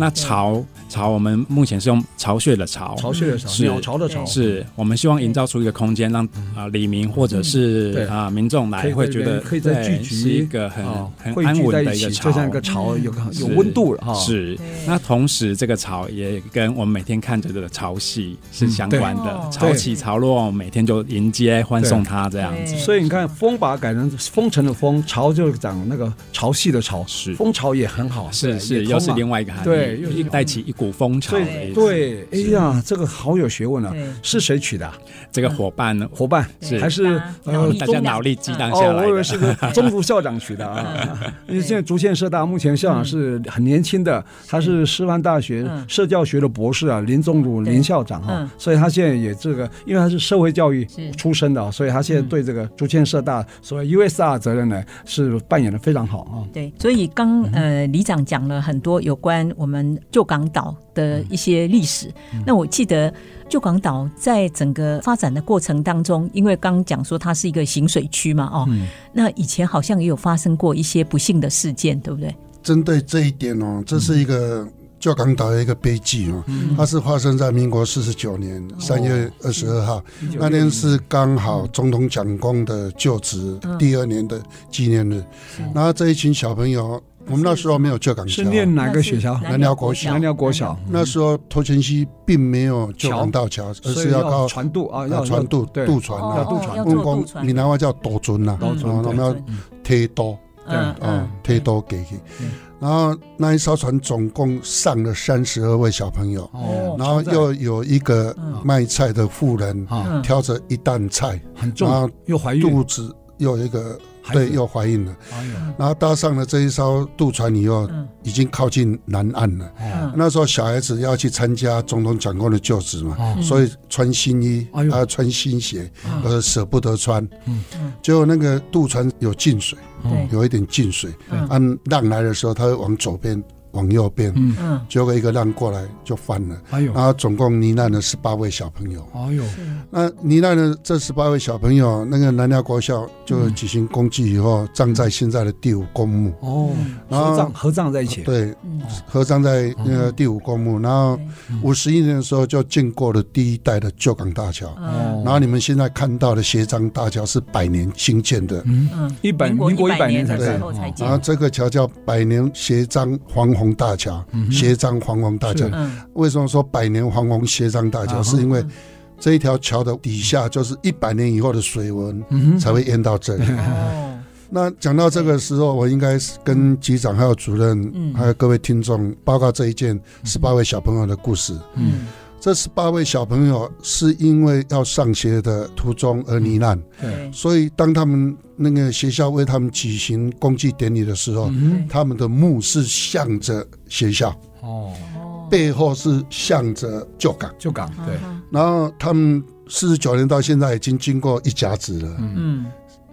[SPEAKER 4] 那巢巢，我们目前是用巢穴的巢，
[SPEAKER 2] 巢穴的巢，
[SPEAKER 4] 是
[SPEAKER 2] 鸟巢的巢，
[SPEAKER 4] 是我们希望营造出一个空间，让啊、呃、李明或者是
[SPEAKER 2] 嗯对
[SPEAKER 4] 啊、民众
[SPEAKER 2] 可以
[SPEAKER 4] 来
[SPEAKER 2] 在
[SPEAKER 4] 会觉
[SPEAKER 2] 那边
[SPEAKER 4] 得
[SPEAKER 2] 可以在
[SPEAKER 4] 对
[SPEAKER 2] 聚集
[SPEAKER 4] 是一个很、
[SPEAKER 2] 啊
[SPEAKER 4] 很
[SPEAKER 2] 汇
[SPEAKER 4] 安
[SPEAKER 2] 聚在
[SPEAKER 4] 稳的
[SPEAKER 2] 一
[SPEAKER 4] 一
[SPEAKER 2] 起，
[SPEAKER 4] 个
[SPEAKER 2] 就
[SPEAKER 4] 巢，
[SPEAKER 2] 像一个巢，有
[SPEAKER 1] 嗯
[SPEAKER 2] 个
[SPEAKER 4] 是
[SPEAKER 2] 有温度了哈，
[SPEAKER 4] 是
[SPEAKER 1] 对。
[SPEAKER 4] 那同时，这个巢也跟我们每天看着的潮汐是相关
[SPEAKER 1] 嗯对
[SPEAKER 4] 的，潮起潮落，我们每天就迎接欢送它这样子。
[SPEAKER 1] 对
[SPEAKER 2] 所以你看，风把它改成风城的风，潮就长那个潮汐的潮，
[SPEAKER 4] 是
[SPEAKER 2] 风潮也很好，
[SPEAKER 4] 是
[SPEAKER 2] 对
[SPEAKER 4] 是，啊
[SPEAKER 2] 也
[SPEAKER 4] 又是
[SPEAKER 2] 通嘛
[SPEAKER 4] 另外一个含义，
[SPEAKER 2] 对又是
[SPEAKER 4] 一带起一股风潮
[SPEAKER 2] 所
[SPEAKER 4] 的
[SPEAKER 2] 以
[SPEAKER 4] 意思。
[SPEAKER 2] 对，哎呀，这个好有学问啊
[SPEAKER 1] 对！
[SPEAKER 2] 是谁取的啊？
[SPEAKER 4] 这个伙伴呢，
[SPEAKER 2] 伙伴
[SPEAKER 4] 是
[SPEAKER 2] 还是
[SPEAKER 1] 脑
[SPEAKER 2] 呃
[SPEAKER 1] 力激
[SPEAKER 4] 大家
[SPEAKER 1] 荡嗯
[SPEAKER 4] 脑力激荡
[SPEAKER 2] 哦
[SPEAKER 4] 下，来
[SPEAKER 2] 我以为
[SPEAKER 4] 的。
[SPEAKER 2] 是 个中福校长取的啊， 因为现在竹堑社大目前校长是很年轻的，他是师范大学
[SPEAKER 1] 嗯
[SPEAKER 2] 社教学的博士啊，林宗儒
[SPEAKER 1] 对
[SPEAKER 2] 林校长
[SPEAKER 1] 嗯
[SPEAKER 2] 啊，所以他现在也这个，因为他是社会教育
[SPEAKER 1] 是嗯
[SPEAKER 2] 出身的啊，所以他现在对这个竹堑社大所谓 USR 责任呢是扮演的非常好啊。
[SPEAKER 1] 对，所以刚
[SPEAKER 2] 嗯
[SPEAKER 1] 呃李长讲了很多有关我们旧港岛的一些历史。
[SPEAKER 2] 嗯
[SPEAKER 1] 那我记得旧港岛在整个发展的过程当中，因为刚讲说它是一个行水区嘛，哦，
[SPEAKER 2] 嗯
[SPEAKER 1] 那以前好像也有发生过一些不幸的事件，对不对？
[SPEAKER 3] 针对这一点哦，这是一个旧港岛的一个悲剧哦，它是发生在民国四十九年三月二十二号，那天是刚好总统嗯蒋公的就职第二年的纪念日，然后这一群小朋友。我们那时候没有旧港
[SPEAKER 2] 是
[SPEAKER 3] 桥，
[SPEAKER 2] 念哪个学校？
[SPEAKER 3] 南寮国小
[SPEAKER 2] 南寮国小，
[SPEAKER 3] 那时候头前溪并没有旧港大桥，而
[SPEAKER 2] 嗯所
[SPEAKER 3] 是
[SPEAKER 2] 以
[SPEAKER 3] 要靠
[SPEAKER 2] 要船渡啊，
[SPEAKER 3] 啊
[SPEAKER 2] 要
[SPEAKER 3] 船渡
[SPEAKER 2] 对
[SPEAKER 3] 渡船
[SPEAKER 2] 要嗯
[SPEAKER 3] 啊，
[SPEAKER 2] 渡船
[SPEAKER 1] 要
[SPEAKER 3] 我
[SPEAKER 1] 做渡
[SPEAKER 3] 们
[SPEAKER 1] 船
[SPEAKER 3] 讲，闽南话叫渡船呐，
[SPEAKER 2] 渡船
[SPEAKER 1] 嗯
[SPEAKER 3] 啊我们要推刀
[SPEAKER 2] 嗯
[SPEAKER 3] 啊，推刀给去。然后那一艘船总共上了三十二位小朋友，
[SPEAKER 2] 哦
[SPEAKER 3] 然后又有一个
[SPEAKER 1] 嗯
[SPEAKER 3] 卖菜的妇人
[SPEAKER 2] 啊，
[SPEAKER 3] 挑着一担菜，
[SPEAKER 2] 很重
[SPEAKER 3] 然，后
[SPEAKER 2] 又怀孕，
[SPEAKER 3] 肚子又有一个
[SPEAKER 2] 孩子
[SPEAKER 3] 对又怀孕了，
[SPEAKER 2] 哎呦
[SPEAKER 3] 然后搭上了这一艘渡船以后，
[SPEAKER 1] 嗯
[SPEAKER 3] 已经靠近南岸了。
[SPEAKER 2] 哦
[SPEAKER 3] 那时候小孩子要去参加总统长官的就职嘛，
[SPEAKER 2] 哦
[SPEAKER 3] 所以穿新衣，
[SPEAKER 2] 哎
[SPEAKER 3] 还
[SPEAKER 2] 呦
[SPEAKER 3] 要穿新鞋，呃，舍不得穿
[SPEAKER 2] 嗯
[SPEAKER 1] 嗯。
[SPEAKER 3] 结果那个渡船有进水，
[SPEAKER 1] 对，
[SPEAKER 3] 有一点进水，
[SPEAKER 1] 嗯
[SPEAKER 3] 按浪来的时候，它会往左边、往右边，
[SPEAKER 2] 嗯
[SPEAKER 1] 嗯
[SPEAKER 3] 结果一个浪过来就翻了。
[SPEAKER 2] 哎呦
[SPEAKER 3] 然后总共罹难了十八位小朋友，
[SPEAKER 2] 哎呦，
[SPEAKER 3] 那罹难的这十八位小朋友，那个南寮国校就举行公祭以后，葬在现在的第五公墓。
[SPEAKER 2] 哦，
[SPEAKER 3] 然后
[SPEAKER 2] 合葬合葬在一起，
[SPEAKER 3] 对，
[SPEAKER 1] 嗯
[SPEAKER 3] 合葬在那个第五公墓，然后五十一年的时候就建构了第一代的旧港大桥，
[SPEAKER 1] 嗯
[SPEAKER 3] 然后你们现在看到的斜张大桥是百年兴建的，
[SPEAKER 1] 嗯，
[SPEAKER 2] 一百
[SPEAKER 1] 民
[SPEAKER 2] 民国一百年
[SPEAKER 1] 的
[SPEAKER 2] 才
[SPEAKER 3] 对
[SPEAKER 1] 时
[SPEAKER 2] 盖
[SPEAKER 1] 候才建
[SPEAKER 3] 然，后这个桥叫百年斜张黄宏大桥，斜张黄宏大桥
[SPEAKER 2] 嗯是。
[SPEAKER 1] 嗯
[SPEAKER 3] 为什么说百年黄宏斜张大桥？
[SPEAKER 2] 啊哈
[SPEAKER 3] 是因为这一条桥的底下就是一百年以后的水文
[SPEAKER 2] 嗯
[SPEAKER 3] 才会淹到这里。
[SPEAKER 1] 哦，
[SPEAKER 3] 那讲到这个时候，我应该是跟局长还有主
[SPEAKER 1] 嗯
[SPEAKER 3] 任，还有各位听众报告这一件
[SPEAKER 2] 嗯
[SPEAKER 3] 十八位小朋友的故事。
[SPEAKER 1] 嗯
[SPEAKER 3] 这十八位小朋友是因为要上学的途中而罹难，
[SPEAKER 2] 嗯
[SPEAKER 1] 对
[SPEAKER 3] 所以当他们那个学校为他们举行公祭典礼的时候，
[SPEAKER 2] 嗯，
[SPEAKER 3] 他们的墓是向着学校，
[SPEAKER 2] 哦，
[SPEAKER 3] 背后是向着旧港，
[SPEAKER 2] 就港对，
[SPEAKER 3] 然后他们。四十九年到现在已经经过一甲子了。
[SPEAKER 1] 嗯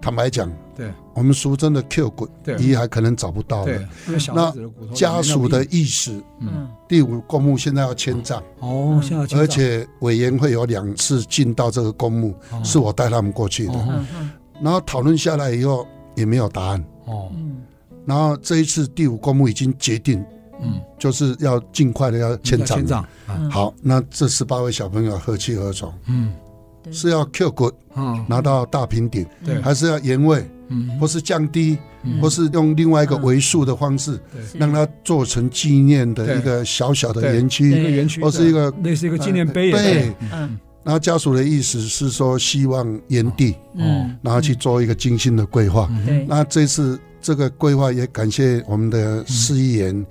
[SPEAKER 3] 坦白讲，
[SPEAKER 2] 对
[SPEAKER 3] 我们俗称的 Q 骨
[SPEAKER 2] 对
[SPEAKER 3] 遗骸可能找不到
[SPEAKER 2] 对
[SPEAKER 3] 了。，
[SPEAKER 2] 因为小孩子的骨头
[SPEAKER 3] 家属的意识，
[SPEAKER 1] 嗯
[SPEAKER 3] 第五公墓现在要迁葬，
[SPEAKER 2] 哦，现在
[SPEAKER 3] 而且委员会有两次进到这个公墓，是我带他们过去的。
[SPEAKER 2] 哦
[SPEAKER 1] 嗯嗯
[SPEAKER 3] 然后讨论下来以后也没有答案。
[SPEAKER 2] 哦
[SPEAKER 1] 嗯
[SPEAKER 3] 然后这一次第五公墓已经决定，
[SPEAKER 2] 嗯，
[SPEAKER 3] 就是要尽快的要迁葬。
[SPEAKER 2] 迁葬啊，
[SPEAKER 1] 嗯
[SPEAKER 3] 好，那这十八位小朋友何去何从？
[SPEAKER 2] 嗯
[SPEAKER 1] 对
[SPEAKER 3] 是啊要 Q 骨
[SPEAKER 2] 嗯
[SPEAKER 3] 拿到大平顶，
[SPEAKER 2] 对
[SPEAKER 3] 还是要延位，
[SPEAKER 2] 嗯
[SPEAKER 3] 或是降低，
[SPEAKER 2] 嗯
[SPEAKER 3] 或是用另外一个维数的方式，
[SPEAKER 2] 对
[SPEAKER 1] 是
[SPEAKER 3] 让它做成纪念的一个小小的园
[SPEAKER 2] 一
[SPEAKER 3] 区，
[SPEAKER 2] 个园区，
[SPEAKER 3] 或是一个
[SPEAKER 2] 类似一个纪念碑也
[SPEAKER 3] 对
[SPEAKER 2] 对，。
[SPEAKER 1] 嗯
[SPEAKER 3] 然后家属的意思是说，希望原地，
[SPEAKER 1] 嗯，
[SPEAKER 3] 然后去做一个精心的规
[SPEAKER 2] 嗯
[SPEAKER 3] 划。
[SPEAKER 1] 对，
[SPEAKER 3] 哦那这次这个规划也感谢我们
[SPEAKER 2] 嗯
[SPEAKER 3] 的市议员，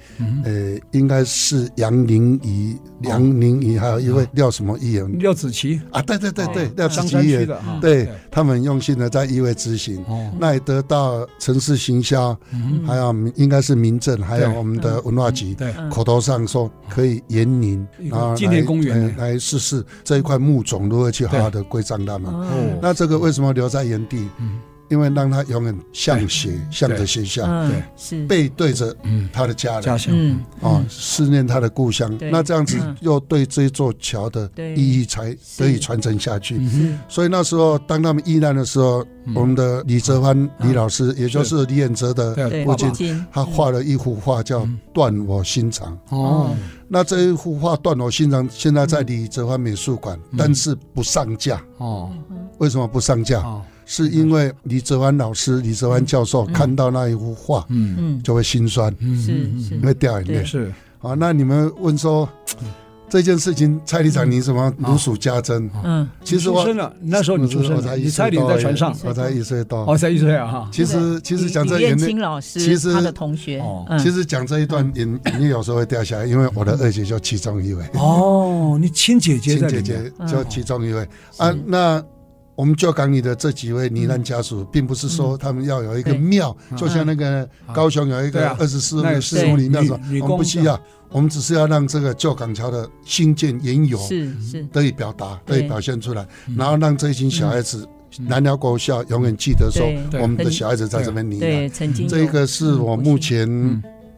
[SPEAKER 3] 呃，应该是杨宁仪、
[SPEAKER 2] 哦
[SPEAKER 3] 杨宁仪，还有一位廖什么议员
[SPEAKER 2] 廖子琪，
[SPEAKER 3] 啊，对对对对
[SPEAKER 2] 哦，
[SPEAKER 3] 廖子
[SPEAKER 2] 香
[SPEAKER 3] 琪
[SPEAKER 2] 山
[SPEAKER 3] 议
[SPEAKER 2] 区
[SPEAKER 3] 员，
[SPEAKER 2] 的哈，
[SPEAKER 3] 对他们用心的在议会执行。
[SPEAKER 2] 哦，嗯
[SPEAKER 3] 那也得到城市行销，还有民应该是民政，还有
[SPEAKER 2] 对
[SPEAKER 3] 我们的文化局
[SPEAKER 2] 对，
[SPEAKER 1] 嗯
[SPEAKER 3] 口头上说可以延宁
[SPEAKER 2] 一，个
[SPEAKER 3] 然后
[SPEAKER 2] 嗯纪念公园
[SPEAKER 3] 来来来试试这一块墓种如何去好好的规章它
[SPEAKER 2] 嗯
[SPEAKER 3] 们。
[SPEAKER 1] 哦
[SPEAKER 3] 那这个为什么留在原地？因为让它永远向斜，向着学校，
[SPEAKER 1] 嗯
[SPEAKER 2] 对
[SPEAKER 1] 是
[SPEAKER 3] 背对着他的家人
[SPEAKER 2] 家
[SPEAKER 3] 啊
[SPEAKER 2] 乡，
[SPEAKER 1] 嗯，
[SPEAKER 3] 哦思念他的故乡
[SPEAKER 1] 对。
[SPEAKER 3] 那这样子
[SPEAKER 1] 嗯
[SPEAKER 3] 又对这座桥的
[SPEAKER 1] 对
[SPEAKER 3] 意义才
[SPEAKER 1] 是嗯
[SPEAKER 3] 得以传承下去。
[SPEAKER 1] 是
[SPEAKER 3] 所以那时候，当他们遇难的时候，我们的李泽藩李老师，也就是李远哲的，
[SPEAKER 2] 对
[SPEAKER 1] 对，
[SPEAKER 2] 爸
[SPEAKER 3] 父
[SPEAKER 2] 爸
[SPEAKER 3] 亲
[SPEAKER 1] 亲
[SPEAKER 3] 他画了一幅画叫《断我心肠》。
[SPEAKER 2] 哦，
[SPEAKER 3] 那这一幅画《断我心肠》现在在李泽藩美术馆，但是不上架。
[SPEAKER 2] 哦
[SPEAKER 3] 为什么不上架？
[SPEAKER 2] 哦，
[SPEAKER 3] 是因为李泽藩老师、李泽藩教授看到那一幅画，
[SPEAKER 2] 嗯，
[SPEAKER 1] 嗯，
[SPEAKER 3] 就会嗯心酸，
[SPEAKER 1] 是是，
[SPEAKER 3] 会掉眼泪
[SPEAKER 1] 对。
[SPEAKER 2] 是
[SPEAKER 3] 啊，那你们问说
[SPEAKER 2] 嗯
[SPEAKER 3] 这件事情，蔡理长你怎么如数家珍？
[SPEAKER 1] 嗯
[SPEAKER 3] 其实我嗯
[SPEAKER 2] 出生了，那时候哦你出生
[SPEAKER 3] 我
[SPEAKER 2] 了，
[SPEAKER 3] 才
[SPEAKER 2] 你
[SPEAKER 3] 一
[SPEAKER 2] 差
[SPEAKER 3] 岁
[SPEAKER 2] 点
[SPEAKER 3] 多
[SPEAKER 2] 在
[SPEAKER 3] 而已
[SPEAKER 2] 船上，
[SPEAKER 3] 我才一岁多
[SPEAKER 2] 哦，。才一岁啊哈，
[SPEAKER 3] 其实其实讲这
[SPEAKER 1] 李
[SPEAKER 3] 眼
[SPEAKER 1] 彦
[SPEAKER 3] 泪
[SPEAKER 1] 清，老师，
[SPEAKER 3] 其实
[SPEAKER 1] 他的同学，
[SPEAKER 2] 哦
[SPEAKER 1] 嗯
[SPEAKER 3] 其实讲这一段眼眼泪有时候会掉下来，因为我的二姐就其中一位，
[SPEAKER 2] 哦，你亲姐姐
[SPEAKER 3] 嗯亲
[SPEAKER 2] 在里
[SPEAKER 3] 姐
[SPEAKER 2] 面，嗯
[SPEAKER 3] 姐就其中一位啊。那我们教港里的这几位罹难
[SPEAKER 2] 嗯
[SPEAKER 3] 家属，并不是说他们要有一个
[SPEAKER 1] 对
[SPEAKER 3] 庙，就像那个高雄有一
[SPEAKER 2] 对
[SPEAKER 3] 个
[SPEAKER 2] 啊
[SPEAKER 3] 二十四
[SPEAKER 2] 那
[SPEAKER 3] 位
[SPEAKER 2] 个
[SPEAKER 3] 四五里那种
[SPEAKER 2] 女女，
[SPEAKER 3] 我们
[SPEAKER 2] 工
[SPEAKER 3] 不需要，我们只是要让这个旧港桥的兴建原有
[SPEAKER 1] 是是，
[SPEAKER 3] 得以表达，
[SPEAKER 1] 对嗯
[SPEAKER 3] 得以表现出来，然后让这一群小孩子
[SPEAKER 2] 嗯
[SPEAKER 3] 南寮国校永远记得说
[SPEAKER 1] 对，
[SPEAKER 3] 我们的
[SPEAKER 1] 很
[SPEAKER 3] 小孩子在这边罹难。
[SPEAKER 1] 对，曾经
[SPEAKER 3] 这
[SPEAKER 1] 有
[SPEAKER 3] 个是我目前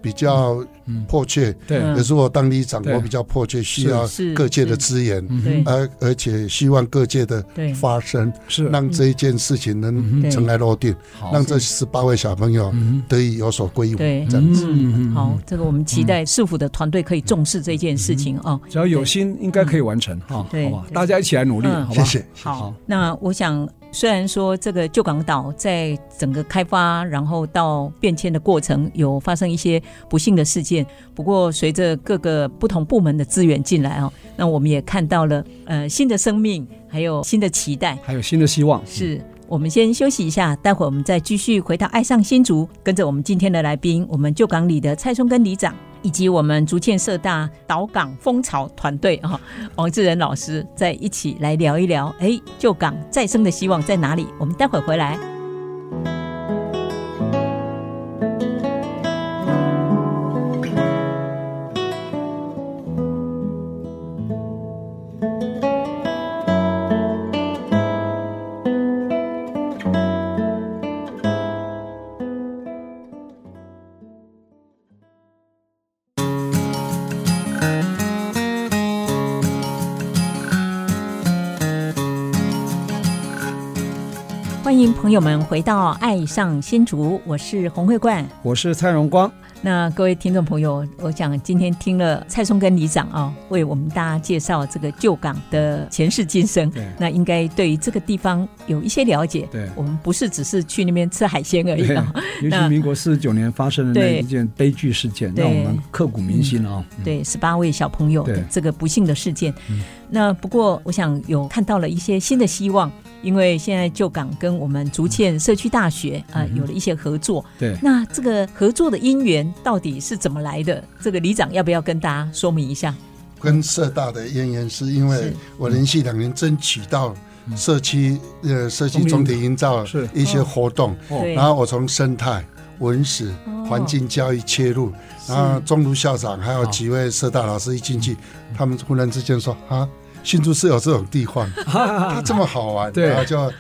[SPEAKER 3] 比较迫切，
[SPEAKER 2] 对
[SPEAKER 1] 嗯
[SPEAKER 3] 也是我当里长，
[SPEAKER 2] 对
[SPEAKER 3] 我比较迫切需要
[SPEAKER 1] 是
[SPEAKER 3] 各界的资源，
[SPEAKER 2] 嗯
[SPEAKER 1] 对
[SPEAKER 3] 而而且希望各界的
[SPEAKER 1] 对嗯
[SPEAKER 3] 发声，
[SPEAKER 2] 是
[SPEAKER 3] 让这一件事情能
[SPEAKER 1] 对嗯
[SPEAKER 3] 尘埃落定，让这十八位小朋友得以有所归
[SPEAKER 1] 对
[SPEAKER 3] 伍。这样子，
[SPEAKER 2] 嗯，
[SPEAKER 1] 好，这个我们期待市府的团队可以重视这件事
[SPEAKER 3] 嗯
[SPEAKER 1] 情啊。
[SPEAKER 2] 只要有心，应该可以完成哈，好
[SPEAKER 1] 嗯对
[SPEAKER 2] 吧？
[SPEAKER 1] 对
[SPEAKER 2] 大家一起来努力，
[SPEAKER 1] 嗯
[SPEAKER 2] 好吧？
[SPEAKER 3] 谢谢。
[SPEAKER 1] 好，那我想虽然说这个旧港岛在整个开发，然后到变迁的过程有发生一些不幸的事件，不过随着各个不同部门的资源进来哦，那我们也看到了呃新的生命，还有新的期待。
[SPEAKER 2] 还有新的希望。
[SPEAKER 1] 是我们先休息一下，待会我们再继续回到爱上新竹，跟着我们今天的来宾，我们旧港里的蔡松根里长，以及我们竹建社大岛港蜂巢团队啊、王志仁老师，在一起来聊一聊，哎，旧港再生的希望在哪里？我们待会回来。欢迎朋友们回到《爱上新竹》，我是洪慧冠，
[SPEAKER 2] 我是蔡荣光，
[SPEAKER 1] 那各位听众朋友，我想今天听了蔡松跟里长啊、为我们大家介绍这个旧港的前世今生
[SPEAKER 2] 对，
[SPEAKER 1] 那应该对于这个地方有一些了解。
[SPEAKER 2] 对
[SPEAKER 1] 我们不是只是去那边吃海鲜而已啊、
[SPEAKER 2] 尤其
[SPEAKER 1] 那
[SPEAKER 2] 民国四十九年发生的那
[SPEAKER 1] 对
[SPEAKER 2] 一件悲剧事件，
[SPEAKER 1] 对
[SPEAKER 2] 让我们刻骨铭心啊。嗯
[SPEAKER 1] 对，十八位小朋友的
[SPEAKER 2] 对
[SPEAKER 1] 这个不幸的事件。那不过，我想有看到了一些新的希望，因为现在旧港跟我们竹堑社区大学啊、呃有了一些合作。
[SPEAKER 2] 对
[SPEAKER 1] 那这个合作的因缘到底是怎么来的？这个里长要不要跟大家说明一下？
[SPEAKER 3] 跟社大的渊源是因为
[SPEAKER 1] 是
[SPEAKER 3] 我连续两年争取到社区呃社区总体营造
[SPEAKER 2] 嗯是
[SPEAKER 3] 一些活动，
[SPEAKER 2] 哦
[SPEAKER 1] 对，
[SPEAKER 3] 然后我从生态、文史、环境教育切入，然后钟如校长还有几位社大老师一进去，
[SPEAKER 2] 哦
[SPEAKER 3] 他们忽然之间说啊，新竹是有这种地方，它这么好玩，
[SPEAKER 2] 啊对嗯
[SPEAKER 3] 然后就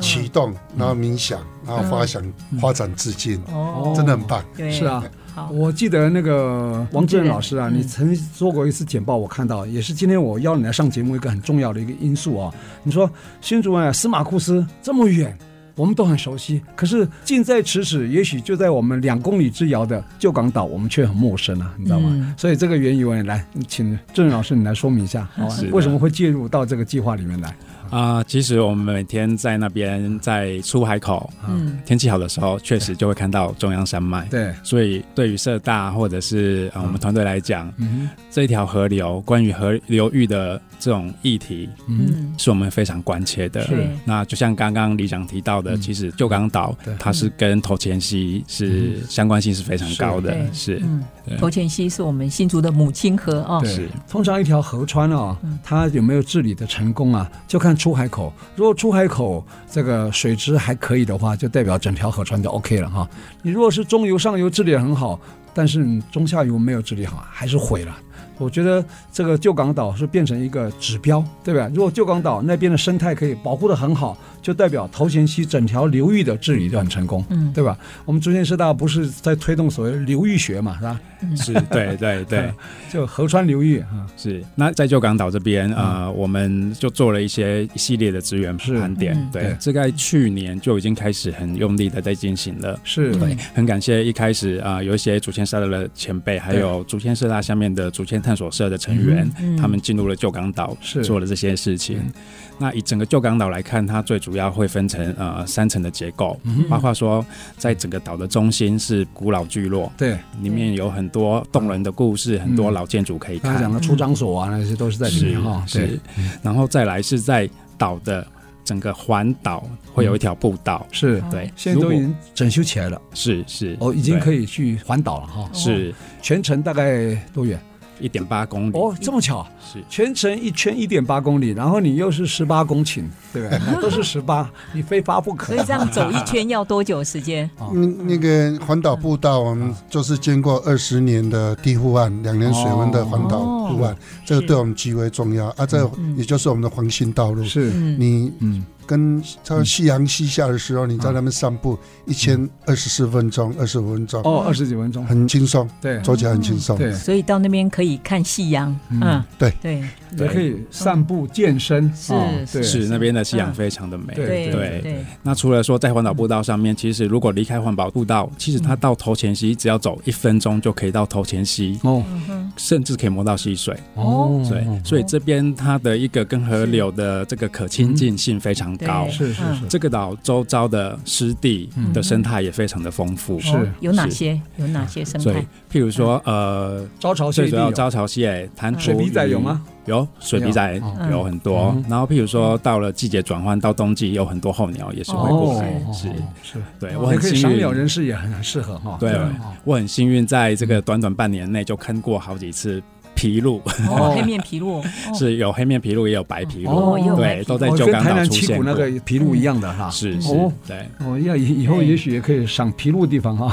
[SPEAKER 3] 启动，然后冥想，然后发想发展至今，
[SPEAKER 2] 嗯
[SPEAKER 1] 哦，
[SPEAKER 3] 真的很棒。
[SPEAKER 1] 对，
[SPEAKER 2] 是啊，
[SPEAKER 1] 好，
[SPEAKER 2] 我记得那个王志仁老师啊，
[SPEAKER 1] 嗯
[SPEAKER 2] 你曾经做过一次简报，我看到，也是今天我邀你来上节目一个很重要的一个因素啊。你说新竹啊，司马库斯这么远，我们都很熟悉，可是近在咫尺，也许就在我们两公里之遥的旧港岛，我们却很陌生啊，你知道吗？
[SPEAKER 1] 嗯
[SPEAKER 2] 所以这个原因我也来，请郑老师你来说明一下，好吧
[SPEAKER 4] 是？的
[SPEAKER 2] 为什么会介入到这个计划里面来？
[SPEAKER 4] 啊、其实我们每天在那边，在出海口，
[SPEAKER 1] 嗯，
[SPEAKER 4] 天气好的时候，确实就会看到中央山脉。
[SPEAKER 2] 对，
[SPEAKER 4] 所以，对于社大或者是啊、呃我们团队来讲，
[SPEAKER 2] 嗯
[SPEAKER 4] 这一条河流关于河流域的这种议题，
[SPEAKER 2] 嗯
[SPEAKER 1] 嗯，
[SPEAKER 4] 是我们非常关切的。
[SPEAKER 1] 是
[SPEAKER 4] 那就像刚刚李长提到的，
[SPEAKER 2] 嗯
[SPEAKER 4] 其实旧港岛
[SPEAKER 2] 对
[SPEAKER 4] 它是跟头前溪是相关性是非常高的，是
[SPEAKER 1] 嗯
[SPEAKER 4] 对，
[SPEAKER 1] 头前溪是我们新竹的母亲河哦，
[SPEAKER 2] 对
[SPEAKER 4] 是
[SPEAKER 2] 通常一条河川啊
[SPEAKER 1] 嗯，
[SPEAKER 2] 它有没有治理的成功啊，就看出海口。如果出海口这个水质还可以的话，就代表整条河川都 OK 了哈。你如果是中游、上游治理得很好，但是你中下游没有治理好，还是毁了。我觉得这个旧港岛是变成一个指标，对吧？如果旧港岛那边的生态可以保护得很好，就代表头前溪整条流域的治理就很成功，
[SPEAKER 1] 嗯
[SPEAKER 2] 对吧？我们竹县师大不是在推动所谓流域学嘛，是吧？
[SPEAKER 4] 是，对对对，
[SPEAKER 2] 就河川流域啊，
[SPEAKER 4] 是。那在旧港岛这边啊、呃我们就做了一些一系列的资源
[SPEAKER 2] 是
[SPEAKER 4] 盘点，
[SPEAKER 1] 嗯
[SPEAKER 4] 对
[SPEAKER 2] 对，
[SPEAKER 4] 这在去年就已经开始很用力的在进行了。
[SPEAKER 2] 是
[SPEAKER 1] 嗯
[SPEAKER 4] 对，很感谢一开始啊、呃有一些竹签社的前辈，还有竹签社大下面的竹签探索社的成员，
[SPEAKER 1] 嗯嗯
[SPEAKER 4] 他们进入了旧港岛，
[SPEAKER 2] 是嗯
[SPEAKER 4] 做了这些事情。那以整个旧港岛来看，它最主要会分成呃三层的结构，
[SPEAKER 2] 嗯
[SPEAKER 4] 包括说在整个岛的中心是古老聚落，
[SPEAKER 2] 对。
[SPEAKER 4] 里面有很多动人的故事，很多老建筑可以
[SPEAKER 2] 刚才
[SPEAKER 4] 看
[SPEAKER 2] 讲，的出张所啊，那些都是在里
[SPEAKER 4] 是
[SPEAKER 2] 面哈。对嗯
[SPEAKER 4] 是，然后再来是在岛的整个环岛会有一条步道。
[SPEAKER 2] 是，
[SPEAKER 4] 对，
[SPEAKER 2] 嗯现在都已
[SPEAKER 4] 如果
[SPEAKER 2] 经整修起来了，
[SPEAKER 4] 是是
[SPEAKER 2] 哦，已经可
[SPEAKER 4] 以
[SPEAKER 2] 以去环岛了哈。
[SPEAKER 4] 是
[SPEAKER 2] 全程大概多远？
[SPEAKER 4] 一点八公里，
[SPEAKER 2] 哦，这么巧，
[SPEAKER 4] 是
[SPEAKER 2] 全程一圈一点八公里，然后你又是十八公顷，对 不对？都是十八，你非发不可。啊
[SPEAKER 1] 所以这样走一圈要多久时间？
[SPEAKER 3] 嗯，那个环岛步道，我们就是经过二十年的低护岸，两年水温的环岛步岸，这个对我们极为重要啊！这也就是我们的黄金道路。
[SPEAKER 2] 是，
[SPEAKER 1] 嗯，
[SPEAKER 3] 你
[SPEAKER 2] 嗯，
[SPEAKER 3] 跟在夕阳西下的时候，你在那边散步一千二十四分钟、二十五分钟，
[SPEAKER 2] 嗯哦，二十几分钟，
[SPEAKER 3] 很轻松，
[SPEAKER 2] 对嗯
[SPEAKER 3] 走起来很轻松。
[SPEAKER 2] 对，
[SPEAKER 1] 所以到那边可以看夕阳，
[SPEAKER 2] 嗯
[SPEAKER 1] 嗯，
[SPEAKER 3] 对
[SPEAKER 1] 对
[SPEAKER 2] 也可以散步健身，
[SPEAKER 1] 是
[SPEAKER 2] 哦对
[SPEAKER 4] 是那边的夕阳
[SPEAKER 1] 嗯
[SPEAKER 4] 非常的美。
[SPEAKER 2] 对
[SPEAKER 1] 对
[SPEAKER 4] 对那除了说在环岛步道上面，其实如果离开环保步
[SPEAKER 2] 嗯
[SPEAKER 4] 道，其实它到头前溪只要走一分钟就可以到头前溪，
[SPEAKER 2] 哦，
[SPEAKER 4] 甚至可以摸到溪地水，
[SPEAKER 2] 哦
[SPEAKER 4] 对，所以这边它的一个跟河流的这个可亲近性非常高
[SPEAKER 1] 对。
[SPEAKER 2] 是是
[SPEAKER 1] 嗯
[SPEAKER 2] 是，
[SPEAKER 4] 这个岛周遭的湿地的生态也非常的丰富，
[SPEAKER 2] 嗯是
[SPEAKER 1] 哦有哪些？有哪些生
[SPEAKER 4] 所以
[SPEAKER 1] 态？
[SPEAKER 4] 譬如说呃，
[SPEAKER 2] 招嗯潮
[SPEAKER 4] 最
[SPEAKER 2] 蟹
[SPEAKER 4] 主要招潮哎蟹、弹涂
[SPEAKER 2] 水笔仔有吗？
[SPEAKER 4] 有水笔仔
[SPEAKER 2] 有
[SPEAKER 4] 有很多
[SPEAKER 2] 嗯，
[SPEAKER 4] 然后譬如说到了季节转换到冬季，有很多候鸟也
[SPEAKER 2] 嗯
[SPEAKER 4] 是会
[SPEAKER 2] 哦
[SPEAKER 4] 过来。
[SPEAKER 1] 嗯
[SPEAKER 4] 是，
[SPEAKER 1] 哦
[SPEAKER 2] 是，哦
[SPEAKER 4] 对
[SPEAKER 2] 也
[SPEAKER 4] 我很
[SPEAKER 2] 可以
[SPEAKER 4] 幸
[SPEAKER 2] 赏鸟
[SPEAKER 4] 运，
[SPEAKER 2] 人士也很很适合哈。
[SPEAKER 4] 对
[SPEAKER 2] 哦
[SPEAKER 4] 我很幸运，在这个短短半年内就看过好几次琵鹭，
[SPEAKER 1] 哦，
[SPEAKER 2] 哦
[SPEAKER 1] 黑面琵鹭，哦
[SPEAKER 4] 是有黑面琵鹭也有白琵
[SPEAKER 1] 哦也有
[SPEAKER 4] 鹭，
[SPEAKER 1] 白琵鹭
[SPEAKER 4] 对，都在
[SPEAKER 2] 哦
[SPEAKER 4] 旧
[SPEAKER 2] 跟
[SPEAKER 4] 港
[SPEAKER 2] 台
[SPEAKER 4] 岛
[SPEAKER 2] 南
[SPEAKER 4] 出
[SPEAKER 2] 七
[SPEAKER 4] 现
[SPEAKER 2] 股那
[SPEAKER 4] 过。
[SPEAKER 2] 个琵鹭一样的哈。
[SPEAKER 4] 是
[SPEAKER 2] 哦
[SPEAKER 4] 是，对，
[SPEAKER 2] 哦，要以以后
[SPEAKER 1] 对
[SPEAKER 2] 也许也可以赏琵鹭地方 哈。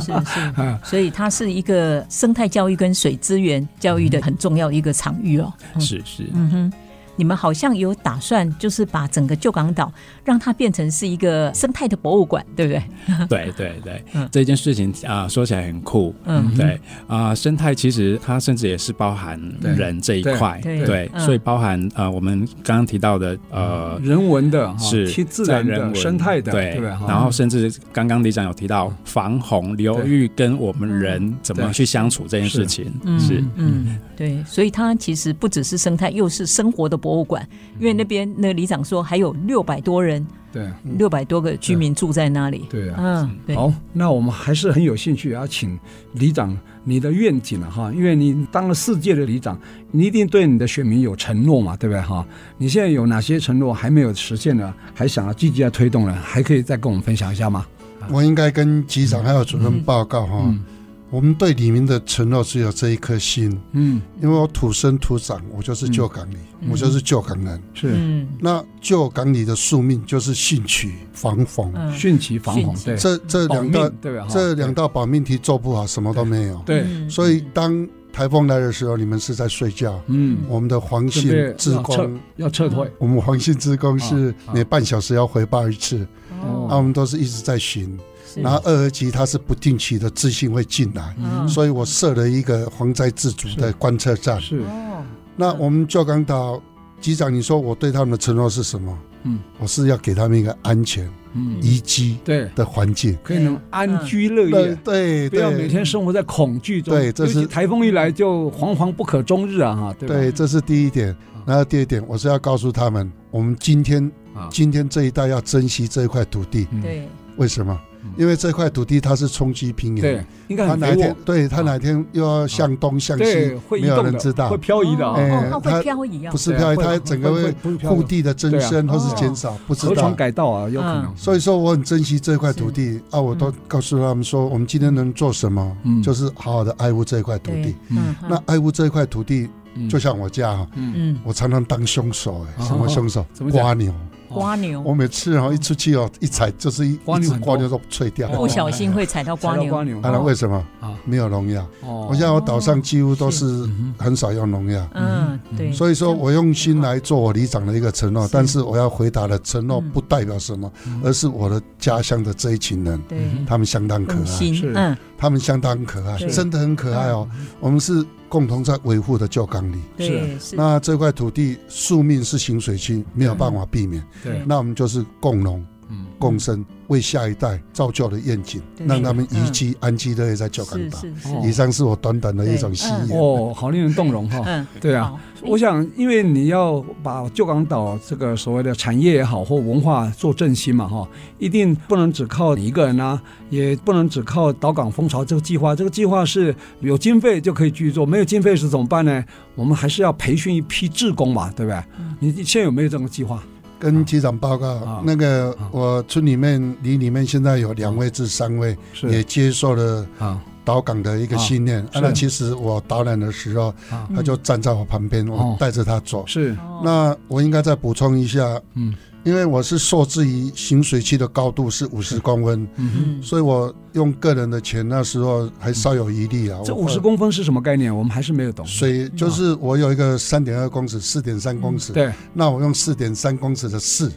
[SPEAKER 1] 是是
[SPEAKER 2] 啊
[SPEAKER 1] 是，所以它是一个生态教育跟水资源教育的很重要一个场域哦。嗯
[SPEAKER 4] 是是。
[SPEAKER 1] 嗯哼，你们好像有打算，就是把整个旧港岛让它变成是一个生态的博物馆，对不对？
[SPEAKER 4] 对对对
[SPEAKER 1] 嗯，
[SPEAKER 4] 这件事情啊、说起来很酷，
[SPEAKER 1] 嗯
[SPEAKER 4] 对啊、生态其实它甚至也是包含
[SPEAKER 2] 对
[SPEAKER 4] 人这一块，
[SPEAKER 1] 对
[SPEAKER 4] 对，
[SPEAKER 1] 嗯
[SPEAKER 4] 所以包含啊、呃我们刚刚提到的呃。
[SPEAKER 2] 人文的哈
[SPEAKER 4] 是
[SPEAKER 2] 贴自
[SPEAKER 4] 在
[SPEAKER 2] 然
[SPEAKER 4] 人
[SPEAKER 2] 的
[SPEAKER 4] 文
[SPEAKER 2] 生态的，
[SPEAKER 4] 对，
[SPEAKER 2] 对吧？哈嗯
[SPEAKER 4] 然后甚至刚刚李长有提到防洪流域跟我们人怎么
[SPEAKER 2] 对
[SPEAKER 4] 去相处这件
[SPEAKER 2] 是
[SPEAKER 4] 事情，
[SPEAKER 1] 嗯
[SPEAKER 4] 是
[SPEAKER 1] 嗯，对，所以它其实不只是生态，又是生活的博物馆。
[SPEAKER 2] 嗯
[SPEAKER 1] 因为那边那个里长说，还有六百多人，
[SPEAKER 2] 对
[SPEAKER 1] 六百多个居民住在那里。
[SPEAKER 2] 嗯对啊。
[SPEAKER 1] 嗯，对，
[SPEAKER 2] 好，那我们还是很有兴趣啊，请里长你的愿景了哈，因为你当了世界的里长，你一定对你的选民有承诺嘛，对不对哈？你现在有哪些承诺还没有实现呢？还想要积极的推动呢？还可以再跟我们分享一下吗？
[SPEAKER 3] 我应该跟局长还有主任报告哈、
[SPEAKER 2] 嗯
[SPEAKER 3] 我们对李明的承诺只有这一颗心，
[SPEAKER 2] 嗯，
[SPEAKER 3] 因为我土生土长，我就是旧港里，我就是旧港人。
[SPEAKER 2] 是
[SPEAKER 1] 嗯
[SPEAKER 3] 那旧港里的宿命就是兴取防洪，
[SPEAKER 1] 嗯，
[SPEAKER 2] 汛期防洪
[SPEAKER 1] 汛，期
[SPEAKER 2] 对，
[SPEAKER 3] 这这
[SPEAKER 2] 保
[SPEAKER 3] 两
[SPEAKER 2] 命
[SPEAKER 3] 道
[SPEAKER 2] 对吧？哈
[SPEAKER 3] 这两道保命题做不好，什么都没有。
[SPEAKER 2] 对，
[SPEAKER 1] 嗯
[SPEAKER 3] 所以当台风来的时候，你们是在睡觉。
[SPEAKER 2] 嗯，
[SPEAKER 3] 我们的黄
[SPEAKER 2] 准备
[SPEAKER 3] 姓志
[SPEAKER 2] 要撤
[SPEAKER 3] 工，
[SPEAKER 2] 要撤退，
[SPEAKER 3] 我们黄姓志工是
[SPEAKER 2] 啊啊
[SPEAKER 3] 每半小时要回报一次，
[SPEAKER 2] 哦
[SPEAKER 3] 啊，我们都是一直在巡。
[SPEAKER 1] 嗯是
[SPEAKER 3] 然后二合级它是不定期的自信会进来，
[SPEAKER 1] 嗯
[SPEAKER 3] 所以我设了一个蝗灾自主的观测站。
[SPEAKER 2] 是
[SPEAKER 1] 哦，
[SPEAKER 3] 那我们旧港岛机长，你说我对他们的承诺是什么？
[SPEAKER 2] 嗯，
[SPEAKER 3] 我是要给他们一个安全
[SPEAKER 2] 嗯，
[SPEAKER 3] 宜居
[SPEAKER 2] 对，
[SPEAKER 3] 的环境。
[SPEAKER 2] 可以能安居乐
[SPEAKER 3] 对
[SPEAKER 2] 业。
[SPEAKER 3] 对
[SPEAKER 2] 啊不要每
[SPEAKER 3] 对
[SPEAKER 2] 天生活在恐惧中，
[SPEAKER 3] 对这
[SPEAKER 2] 尤
[SPEAKER 3] 是
[SPEAKER 2] 其台风一来就惶惶不可终日啊，哈，对吧？
[SPEAKER 3] 对，这是第一点。然后第二点，我是要告诉他们，我们今天
[SPEAKER 2] 啊
[SPEAKER 3] 今天这一代要珍惜这一块土地。
[SPEAKER 2] 嗯
[SPEAKER 1] 对，
[SPEAKER 3] 为什么
[SPEAKER 2] 嗯？
[SPEAKER 3] 因为这块土地它是冲击平
[SPEAKER 2] 对
[SPEAKER 3] 原，，
[SPEAKER 2] 应该
[SPEAKER 3] 它
[SPEAKER 2] 很
[SPEAKER 3] 哪
[SPEAKER 2] 肥
[SPEAKER 3] 天
[SPEAKER 2] 沃，啊
[SPEAKER 3] 对它哪天又要向东向
[SPEAKER 2] 对，
[SPEAKER 3] 西，
[SPEAKER 2] 会移
[SPEAKER 3] 没有
[SPEAKER 2] 动
[SPEAKER 3] 人知
[SPEAKER 2] 的，
[SPEAKER 3] 道
[SPEAKER 2] 会，漂移的啊，
[SPEAKER 3] 哎
[SPEAKER 1] 哦，它
[SPEAKER 3] 它
[SPEAKER 1] 会漂移啊
[SPEAKER 3] 不，是漂移，
[SPEAKER 2] 对
[SPEAKER 3] 它
[SPEAKER 2] 会
[SPEAKER 3] 整个会
[SPEAKER 2] 不漂
[SPEAKER 3] 腹
[SPEAKER 2] 移
[SPEAKER 3] 地的增生
[SPEAKER 2] 对哦
[SPEAKER 3] 或
[SPEAKER 1] 啊
[SPEAKER 3] 是减少，不知
[SPEAKER 2] 河床
[SPEAKER 3] 道。
[SPEAKER 2] 改道啊，有可能，
[SPEAKER 3] 所以说我很珍惜这块土地啊，我都告诉他们说，我们今天能做什么
[SPEAKER 2] 嗯，
[SPEAKER 3] 就是好好的爱护这块土
[SPEAKER 1] 对
[SPEAKER 3] 地。，
[SPEAKER 1] 嗯，
[SPEAKER 3] 那爱护这块土地，
[SPEAKER 2] 嗯
[SPEAKER 3] 就像我家哈，
[SPEAKER 1] 嗯，
[SPEAKER 3] 我常常当凶手哎、
[SPEAKER 2] 哦
[SPEAKER 3] 什么凶手
[SPEAKER 2] 怎？么讲
[SPEAKER 3] 瓜牛。
[SPEAKER 2] 哦
[SPEAKER 1] 瓜牛
[SPEAKER 3] 我每次哦一出去哦一踩就是一
[SPEAKER 2] 瓜
[SPEAKER 3] 一
[SPEAKER 2] 牛
[SPEAKER 3] 只
[SPEAKER 2] 很多
[SPEAKER 3] 瓜牛都脆掉。
[SPEAKER 2] 哦
[SPEAKER 1] 不小心会踩到
[SPEAKER 2] 踩
[SPEAKER 1] 瓜
[SPEAKER 2] 到
[SPEAKER 1] 牛，
[SPEAKER 2] 瓜牛，
[SPEAKER 3] 当哎然为什么
[SPEAKER 2] 啊
[SPEAKER 3] 没有农药？
[SPEAKER 2] 哦
[SPEAKER 3] 我像我岛上几乎都是
[SPEAKER 2] 嗯
[SPEAKER 3] 很少用农药，
[SPEAKER 1] 嗯，对，
[SPEAKER 3] 所以说我用心来做我里长的一个承诺，但是我要回答的承诺
[SPEAKER 1] 嗯
[SPEAKER 3] 不代表什么，
[SPEAKER 2] 嗯
[SPEAKER 3] 而是我的家乡的这一群人，
[SPEAKER 1] 对，
[SPEAKER 3] 他们相当可
[SPEAKER 1] 用
[SPEAKER 3] 爱，
[SPEAKER 1] 心
[SPEAKER 2] 是，
[SPEAKER 1] 嗯，
[SPEAKER 3] 他们相当可爱，
[SPEAKER 1] 对
[SPEAKER 3] 真的很可爱哦。
[SPEAKER 2] 嗯
[SPEAKER 3] 我们是共同在维护的旧港里。
[SPEAKER 1] 对，是，
[SPEAKER 3] 啊那这块土地宿命是行水区，没
[SPEAKER 2] 嗯
[SPEAKER 3] 有办法避免。
[SPEAKER 2] 对，
[SPEAKER 3] 那我们就是共荣、
[SPEAKER 2] 嗯
[SPEAKER 3] 共生，为下一代造就的愿景，
[SPEAKER 1] 对
[SPEAKER 3] 让他们
[SPEAKER 1] 嗯
[SPEAKER 3] 宜居、安居乐业在旧港
[SPEAKER 1] 是
[SPEAKER 3] 岛。
[SPEAKER 1] 是是，
[SPEAKER 2] 哦
[SPEAKER 3] 以上是我短短的一种心
[SPEAKER 1] 对
[SPEAKER 3] 言。
[SPEAKER 2] 哦，好令人动容哈，
[SPEAKER 1] 嗯，
[SPEAKER 2] 对啊。
[SPEAKER 1] 好，
[SPEAKER 2] 我想，因为你要把旧港岛这个所谓的产业也好或文化做振兴嘛，哈，一定不能只靠你一个人啊，也不能只靠岛港风潮这个计划。这个计划是有经费就可以去做，没有经费是怎么办呢？我们还是要培训一批志工嘛，对不对？你现在有没有这个计划？
[SPEAKER 3] 跟局长报
[SPEAKER 2] 啊
[SPEAKER 3] 告，那个
[SPEAKER 2] 啊
[SPEAKER 3] 我村里面、里里面现在有两位至三位
[SPEAKER 2] 是
[SPEAKER 3] 也接受了
[SPEAKER 2] 啊，
[SPEAKER 3] 导港的一个训练。啊
[SPEAKER 2] 是
[SPEAKER 3] 那其实我导览的时候
[SPEAKER 2] 啊，
[SPEAKER 3] 他就站在我旁边，
[SPEAKER 2] 哦
[SPEAKER 3] 我带着他走。
[SPEAKER 2] 是，
[SPEAKER 1] 哦
[SPEAKER 3] 那我应该再补充一下，
[SPEAKER 2] 嗯
[SPEAKER 3] 因为我是受制于行水区的高度是五十公分，
[SPEAKER 2] 嗯，
[SPEAKER 1] 嗯，
[SPEAKER 3] 所以我用个人的钱，那时候还稍有余力啊。
[SPEAKER 2] 这
[SPEAKER 3] 我
[SPEAKER 2] 五十公分是什么概念？我们还是没有懂。
[SPEAKER 3] 水就是我有一个三点二公尺、四点三公尺，
[SPEAKER 2] 嗯对
[SPEAKER 3] 那我用四点三公尺的四，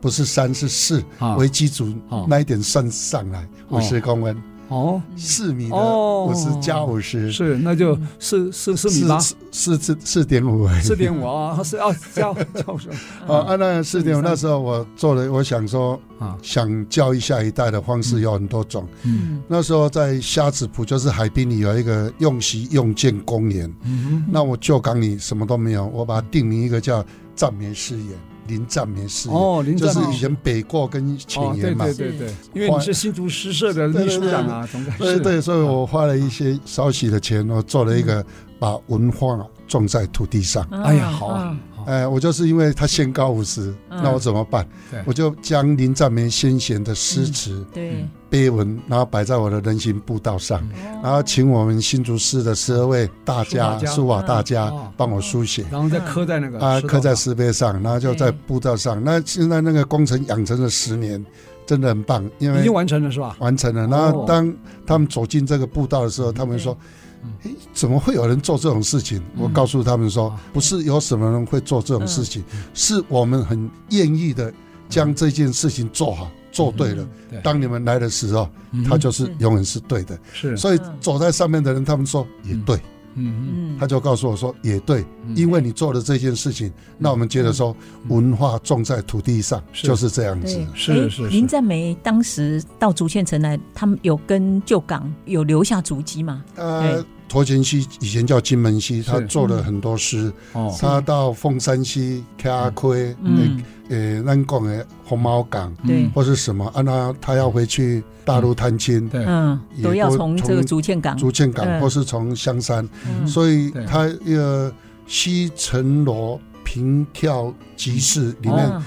[SPEAKER 3] 不是三是四
[SPEAKER 2] 啊
[SPEAKER 3] 为基础
[SPEAKER 2] 哦，
[SPEAKER 3] 那一点算上来
[SPEAKER 2] 哦
[SPEAKER 3] 五十公分。
[SPEAKER 2] 哦，
[SPEAKER 1] 嗯
[SPEAKER 3] 四米的
[SPEAKER 2] 哦
[SPEAKER 3] 五十加五十
[SPEAKER 2] 是，那就四四四米八，
[SPEAKER 3] 四四四四点五 而已
[SPEAKER 2] 四点五啊，是啊，教教授
[SPEAKER 3] 啊啊，那四点五那时候我做了，我想说
[SPEAKER 2] 啊，
[SPEAKER 3] 想教育下一代的方式有很多种。
[SPEAKER 2] 嗯
[SPEAKER 3] 那时候在虾子埔，就是海滨里有一个用习用建公园，
[SPEAKER 2] 嗯
[SPEAKER 3] 那我旧港里什么都没有，我把它定名一个叫暂眠誓言，林暂眠誓
[SPEAKER 2] 哼，
[SPEAKER 3] 言，
[SPEAKER 2] 哦，林
[SPEAKER 3] 就
[SPEAKER 2] 正
[SPEAKER 3] 是
[SPEAKER 2] 浩
[SPEAKER 3] 以前北过跟
[SPEAKER 2] 哦
[SPEAKER 3] 前，
[SPEAKER 2] 对
[SPEAKER 3] 言嘛
[SPEAKER 2] 对。对对，因为你是新竹诗社的秘书长啊，总干
[SPEAKER 3] 对
[SPEAKER 2] 事，
[SPEAKER 3] 对，所以我花了一些少许的钱，我做了一个把文化种在土地上。
[SPEAKER 2] 哎呀，好啊，好
[SPEAKER 3] 哎，我就是因为它限高五十，
[SPEAKER 1] 嗯
[SPEAKER 3] 那我怎么办
[SPEAKER 2] 对？嗯
[SPEAKER 3] 我就将林占民先贤的诗词
[SPEAKER 1] 对，
[SPEAKER 3] 碑文，然后摆在我的人行步道上，
[SPEAKER 2] 嗯
[SPEAKER 1] 哦
[SPEAKER 3] 然
[SPEAKER 2] 啊
[SPEAKER 3] 后请我们新竹市的十二位大家、
[SPEAKER 2] 书
[SPEAKER 3] 书
[SPEAKER 1] 法家
[SPEAKER 3] 法大家
[SPEAKER 2] 嗯哦
[SPEAKER 3] 帮我书写。
[SPEAKER 2] 然后再刻在那个
[SPEAKER 3] 啊，
[SPEAKER 2] 石头
[SPEAKER 3] 刻在
[SPEAKER 2] 上
[SPEAKER 3] 石碑上，然后就在
[SPEAKER 1] 对
[SPEAKER 3] 步道上。那现在那个工程养成了十年，真的很棒，因
[SPEAKER 2] 已
[SPEAKER 3] 为
[SPEAKER 2] 经完成了是吧？
[SPEAKER 3] 完成了。然后当他们走进这个步道的时候，他们说
[SPEAKER 2] 嗯：“
[SPEAKER 3] 诶，怎么会有人做这种事情？”我告诉他们说
[SPEAKER 2] 啊：“
[SPEAKER 3] 不是有什么人会做这种事情，是我们很愿意的将这件事情做好、做对
[SPEAKER 1] 嗯
[SPEAKER 3] 了。
[SPEAKER 2] 对
[SPEAKER 3] 当你们来的时候，它就是永远是对的。
[SPEAKER 2] 嗯是，
[SPEAKER 3] 所以走在上面的人，他们说也对，
[SPEAKER 2] 嗯嗯
[SPEAKER 1] 嗯
[SPEAKER 3] 他就告诉我说也对，因为你做了这件事情，那我们接着说，文化种在土地上
[SPEAKER 2] 是
[SPEAKER 3] 就是这样子
[SPEAKER 1] 对。，
[SPEAKER 2] 是
[SPEAKER 1] 诶
[SPEAKER 2] 是是
[SPEAKER 1] 林占梅当时到竹县城来，他们有跟旧港有留下足迹嘛？
[SPEAKER 3] 呃，驼前溪以前叫金门溪，他
[SPEAKER 2] 是
[SPEAKER 3] 做了很多诗，
[SPEAKER 2] 哦，
[SPEAKER 3] 他到凤山溪、开阿亏，
[SPEAKER 1] 嗯，
[SPEAKER 3] 呃，咱讲的红毛
[SPEAKER 2] 嗯
[SPEAKER 3] 港
[SPEAKER 1] 对，
[SPEAKER 3] 或是什么，啊，那他要回去大陆探亲，
[SPEAKER 2] 对，
[SPEAKER 1] 嗯，
[SPEAKER 3] 也
[SPEAKER 1] 都要
[SPEAKER 3] 都
[SPEAKER 1] 从这
[SPEAKER 3] 从
[SPEAKER 1] 个竹堑港，
[SPEAKER 3] 竹堑
[SPEAKER 1] 嗯
[SPEAKER 3] 港或是从香山，
[SPEAKER 1] 嗯
[SPEAKER 3] 所以
[SPEAKER 2] 对
[SPEAKER 3] 他呃西城楼平跳集市里面
[SPEAKER 1] 啊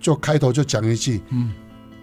[SPEAKER 3] 就开头就讲一句
[SPEAKER 2] 嗯，：“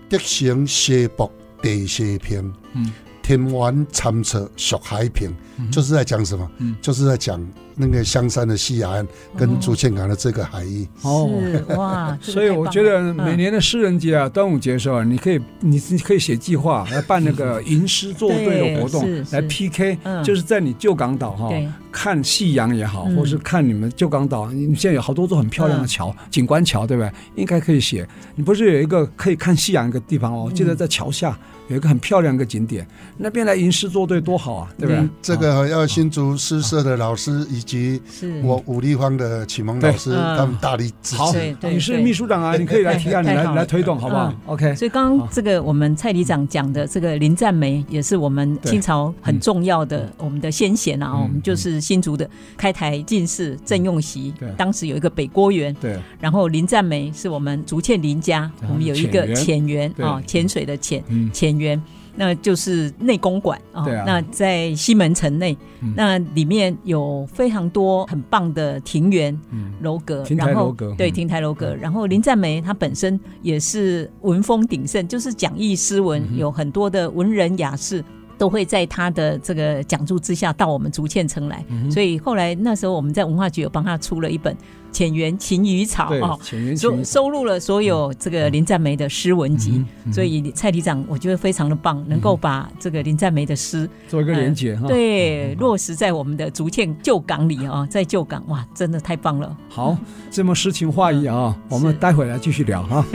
[SPEAKER 3] 德行西薄地西平
[SPEAKER 2] 嗯，
[SPEAKER 3] 天湾参测属海平。”就是在讲什么
[SPEAKER 2] 嗯？
[SPEAKER 3] 就是在讲那个香山的西海岸跟竹堑港的这个海域。
[SPEAKER 2] 哦
[SPEAKER 1] 是 哇，这个
[SPEAKER 2] 所以
[SPEAKER 1] 太
[SPEAKER 2] 我
[SPEAKER 1] 棒
[SPEAKER 2] 觉
[SPEAKER 1] 了
[SPEAKER 2] 得每年的诗人节啊，端午节的时候啊，你可以你你可以写计划来办那个吟诗作对的活
[SPEAKER 1] 对
[SPEAKER 2] 动
[SPEAKER 1] 是，是
[SPEAKER 2] 来 PK，
[SPEAKER 1] 嗯
[SPEAKER 2] 就是哦在你旧港岛哈
[SPEAKER 1] 对
[SPEAKER 2] 看夕阳也好，
[SPEAKER 1] 嗯
[SPEAKER 2] 或是看你们旧港岛，你现在有好多座很漂亮的桥，景观桥对不对？应该可以写。你不是有一个可以看夕阳一个地方
[SPEAKER 1] 嗯
[SPEAKER 2] 哦？我记得在桥下有一个很漂亮的景点，那边来吟诗作对多好啊，对不对
[SPEAKER 1] 嗯？
[SPEAKER 3] 这个要新竹诗社的老师以及
[SPEAKER 1] 是
[SPEAKER 3] 我武力方的启蒙老师，
[SPEAKER 1] 对嗯
[SPEAKER 3] 他们大力支
[SPEAKER 2] 好
[SPEAKER 3] 持。
[SPEAKER 1] 对对
[SPEAKER 2] 你是
[SPEAKER 1] 对
[SPEAKER 2] 秘书长啊，你可以来提案，你
[SPEAKER 1] 太
[SPEAKER 2] 来
[SPEAKER 1] 好了
[SPEAKER 2] 来推动好不好
[SPEAKER 1] 嗯
[SPEAKER 2] ？OK，
[SPEAKER 1] 所以刚刚这个我们蔡里长讲的这个林占梅，也是我们清朝很重要的我们的先贤啊，
[SPEAKER 2] 嗯
[SPEAKER 1] 我们就是新竹的开台进士郑用锡
[SPEAKER 2] 对，
[SPEAKER 1] 当时有一个北郭园，
[SPEAKER 2] 对，
[SPEAKER 1] 然后林占梅是我们竹堑林家，
[SPEAKER 2] 对
[SPEAKER 1] 我们有一个
[SPEAKER 2] 潜
[SPEAKER 1] 潜园
[SPEAKER 2] 对
[SPEAKER 1] 啊，潜水的潜
[SPEAKER 2] 嗯
[SPEAKER 1] 潜园。那就是内公馆啊
[SPEAKER 2] 对啊
[SPEAKER 1] 那在西门城内，
[SPEAKER 2] 嗯
[SPEAKER 1] 那里面有非常多很棒的庭园、
[SPEAKER 2] 嗯。
[SPEAKER 1] 楼阁，
[SPEAKER 2] 亭台
[SPEAKER 1] 然后
[SPEAKER 2] 楼阁
[SPEAKER 1] 对
[SPEAKER 2] 嗯
[SPEAKER 1] 亭台楼阁。然后林占梅她本身也是文风鼎盛，就是讲义诗文，
[SPEAKER 2] 嗯哼
[SPEAKER 1] 有很多的文人雅士都会在他的这个讲述之下到我们竹堑城来。
[SPEAKER 2] 嗯哼
[SPEAKER 1] 所以后来那时候我们在文化局有帮他出了一本《浅园琴语草》
[SPEAKER 2] 对
[SPEAKER 1] 哦，，
[SPEAKER 2] 潜言
[SPEAKER 1] 收
[SPEAKER 2] 情
[SPEAKER 1] 收录了所有这个林占梅的诗文集
[SPEAKER 2] 嗯哼。嗯哼
[SPEAKER 1] 所以蔡里长我觉得非常的棒，能够把这个林占梅的诗
[SPEAKER 2] 做一个连接哈。，
[SPEAKER 1] 对落实在我们的竹堑旧港里啊，在旧港哇，真的太棒了。
[SPEAKER 2] 好，这么诗情画意啊，
[SPEAKER 1] 嗯
[SPEAKER 2] 我们待会来继续聊哈。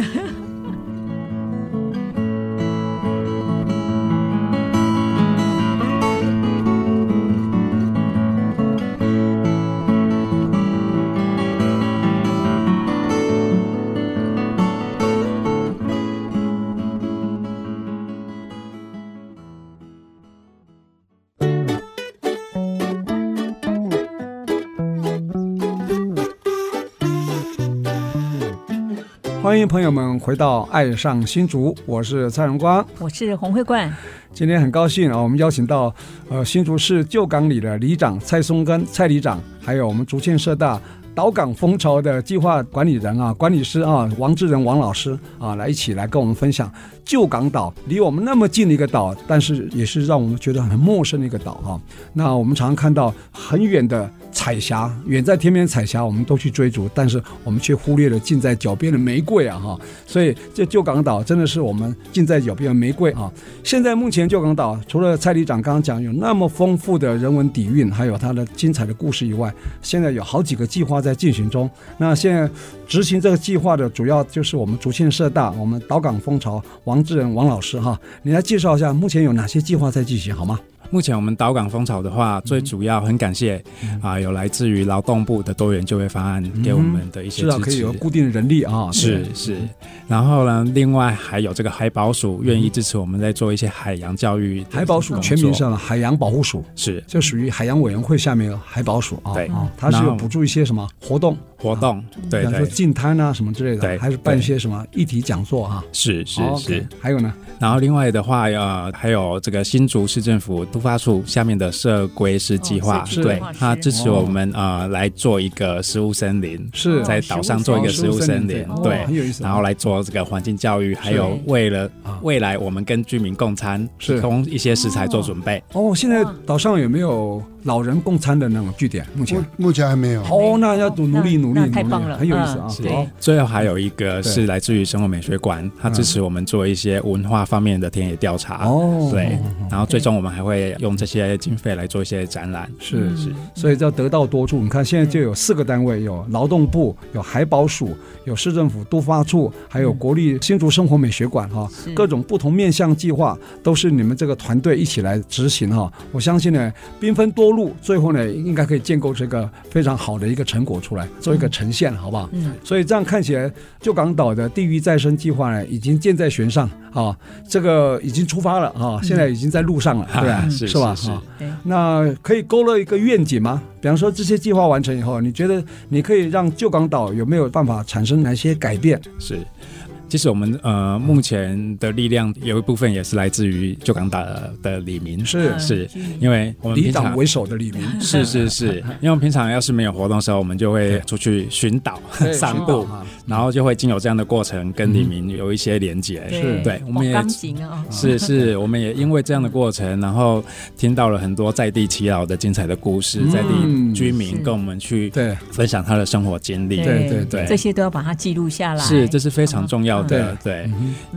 [SPEAKER 2] 欢迎朋友们回到《爱上新竹》，我是蔡荣光。
[SPEAKER 1] 我是洪慧冠，
[SPEAKER 2] 今天很高兴啊，我们邀请到呃新竹市旧港里的里长蔡松根蔡里长，还有我们竹堑社大岛港风潮的计划管理人啊管理师啊王志仁王老师啊来一起来跟我们分享旧港岛离我们那么近的一个岛，但是也是让我们觉得很陌生的一个岛啊。那我们常常看到很远的彩霞，远在天边的彩霞，我们都去追逐，但是我们却忽略了近在脚边的玫瑰啊哈。所以这旧港岛真的是我们近在脚边的玫瑰啊。现在目前旧港岛除了蔡里长刚刚讲有那么丰富的人文底蕴，还有它的精彩的故事以外，现在有好几个计划在进行中。那现在执行这个计划的主要就是我们竹县社大，我们岛港风潮王志仁王老师哈，你来介绍一下目前有哪些计划在进行好吗？
[SPEAKER 4] 目前我们岛港风潮的话，最主要很感谢
[SPEAKER 2] 嗯
[SPEAKER 4] 啊、有来自于劳动部的多元就业方案给我们的一些
[SPEAKER 2] 至少嗯
[SPEAKER 4] 支
[SPEAKER 2] 啊可以
[SPEAKER 4] 持
[SPEAKER 2] 有。固定的人力啊，
[SPEAKER 4] 嗯是是，然后呢，另外还有这个海保署愿意支持我们在做一些海洋教育的
[SPEAKER 2] 海保署
[SPEAKER 4] 工
[SPEAKER 2] 全名
[SPEAKER 4] 作
[SPEAKER 2] 上的海洋保护署，
[SPEAKER 4] 是
[SPEAKER 2] 就属于海洋委员会下面有海保署啊，
[SPEAKER 4] 对
[SPEAKER 2] 啊，它是
[SPEAKER 4] 然
[SPEAKER 2] 有
[SPEAKER 4] 后
[SPEAKER 2] 补助一些什么活动，
[SPEAKER 4] 活动，
[SPEAKER 2] 比
[SPEAKER 4] 对
[SPEAKER 2] 嗯方说
[SPEAKER 4] 对，
[SPEAKER 2] 进滩啊什么之类的，
[SPEAKER 4] 对
[SPEAKER 2] 还是办一些什么议题讲座啊，
[SPEAKER 4] 是是
[SPEAKER 2] 哦
[SPEAKER 4] 是
[SPEAKER 2] OK，。还有呢，
[SPEAKER 4] 然后另外的话，呃，还有这个新竹市政府都发处下面的社规师计划，
[SPEAKER 1] 哦
[SPEAKER 2] 社区
[SPEAKER 4] 对
[SPEAKER 1] 计划，师
[SPEAKER 4] 它支持
[SPEAKER 2] 哦
[SPEAKER 4] 我们呃来做一个食物森林，
[SPEAKER 2] 是
[SPEAKER 4] 在岛上做一个食物森林
[SPEAKER 2] 哦，
[SPEAKER 4] 对
[SPEAKER 2] 很。有意思啊，
[SPEAKER 4] 然后来做这个环境教育，还有为了未来我们跟居民共餐，
[SPEAKER 2] 啊是
[SPEAKER 4] 提供一些食材做准备。
[SPEAKER 2] 哦，现在岛上有没有老人共餐的那种据点？目前
[SPEAKER 3] 目目前还没有。
[SPEAKER 2] 哦，那要努努力
[SPEAKER 1] 那
[SPEAKER 2] 努力
[SPEAKER 1] 那
[SPEAKER 2] 努
[SPEAKER 1] 太
[SPEAKER 2] 力
[SPEAKER 1] 棒了，
[SPEAKER 2] 很有意思啊
[SPEAKER 1] 嗯。
[SPEAKER 4] 是
[SPEAKER 1] 对，
[SPEAKER 4] 最后还有一个
[SPEAKER 2] 对嗯
[SPEAKER 4] 是来自于生活美学馆，它支持我们做一些文化方面的田野调查。
[SPEAKER 2] 哦，
[SPEAKER 4] 啊对，然后最终我们还会用这些经费来做一些展览。
[SPEAKER 2] 是
[SPEAKER 4] 是，
[SPEAKER 2] 所以叫得道多助。你看现在就有四个单位，有劳动部、有海保署、有市政府都发处，还有国立新竹生活美学馆哈，各种不同面向计划都是你们这个团队一起来执行哈。我相信呢，兵分多路，最后呢应该可以建构这个非常好的一个成果出来，做一个呈现，好不好？
[SPEAKER 1] 嗯，
[SPEAKER 2] 所以这样看起来，旧港岛的地域再生计划呢，已经箭在弦上啊，这个已经出发了啊，现在已经在路上 了，对吧？
[SPEAKER 4] 是
[SPEAKER 2] 吧？
[SPEAKER 4] 是
[SPEAKER 2] 啊
[SPEAKER 1] 对，
[SPEAKER 2] 那可以勾勒一个愿景吗？比方说这些计划完成以后，你觉得你可以让旧港岛有没有办法产生哪些改变？
[SPEAKER 4] 是。其实我们呃目前的力量有一部分也是来自于旧港岛的李明，
[SPEAKER 2] 是
[SPEAKER 4] 嗯是，因为我们
[SPEAKER 2] 里
[SPEAKER 4] 平
[SPEAKER 2] 长
[SPEAKER 4] 常
[SPEAKER 2] 为首的李明，
[SPEAKER 4] 是 是是，因为我们平常要是没有活动的时候，我们就会出去寻岛散步，
[SPEAKER 2] 啊，
[SPEAKER 4] 然后就会经由这样的过程跟李明有一些连接，
[SPEAKER 2] 是
[SPEAKER 4] 对，我们也
[SPEAKER 1] 钢琴啊，
[SPEAKER 4] 是是，我们也因为这样的过程，然后听到了很多在地耆老的精彩的故事，在
[SPEAKER 2] 嗯
[SPEAKER 4] 地居民
[SPEAKER 1] 是
[SPEAKER 4] 跟我们去
[SPEAKER 2] 对，
[SPEAKER 4] 分享他的生活经历，
[SPEAKER 2] 对对
[SPEAKER 4] 对
[SPEAKER 1] 这些都要把它记录下来，
[SPEAKER 4] 是，这是非
[SPEAKER 2] 嗯
[SPEAKER 4] 常重要的。对，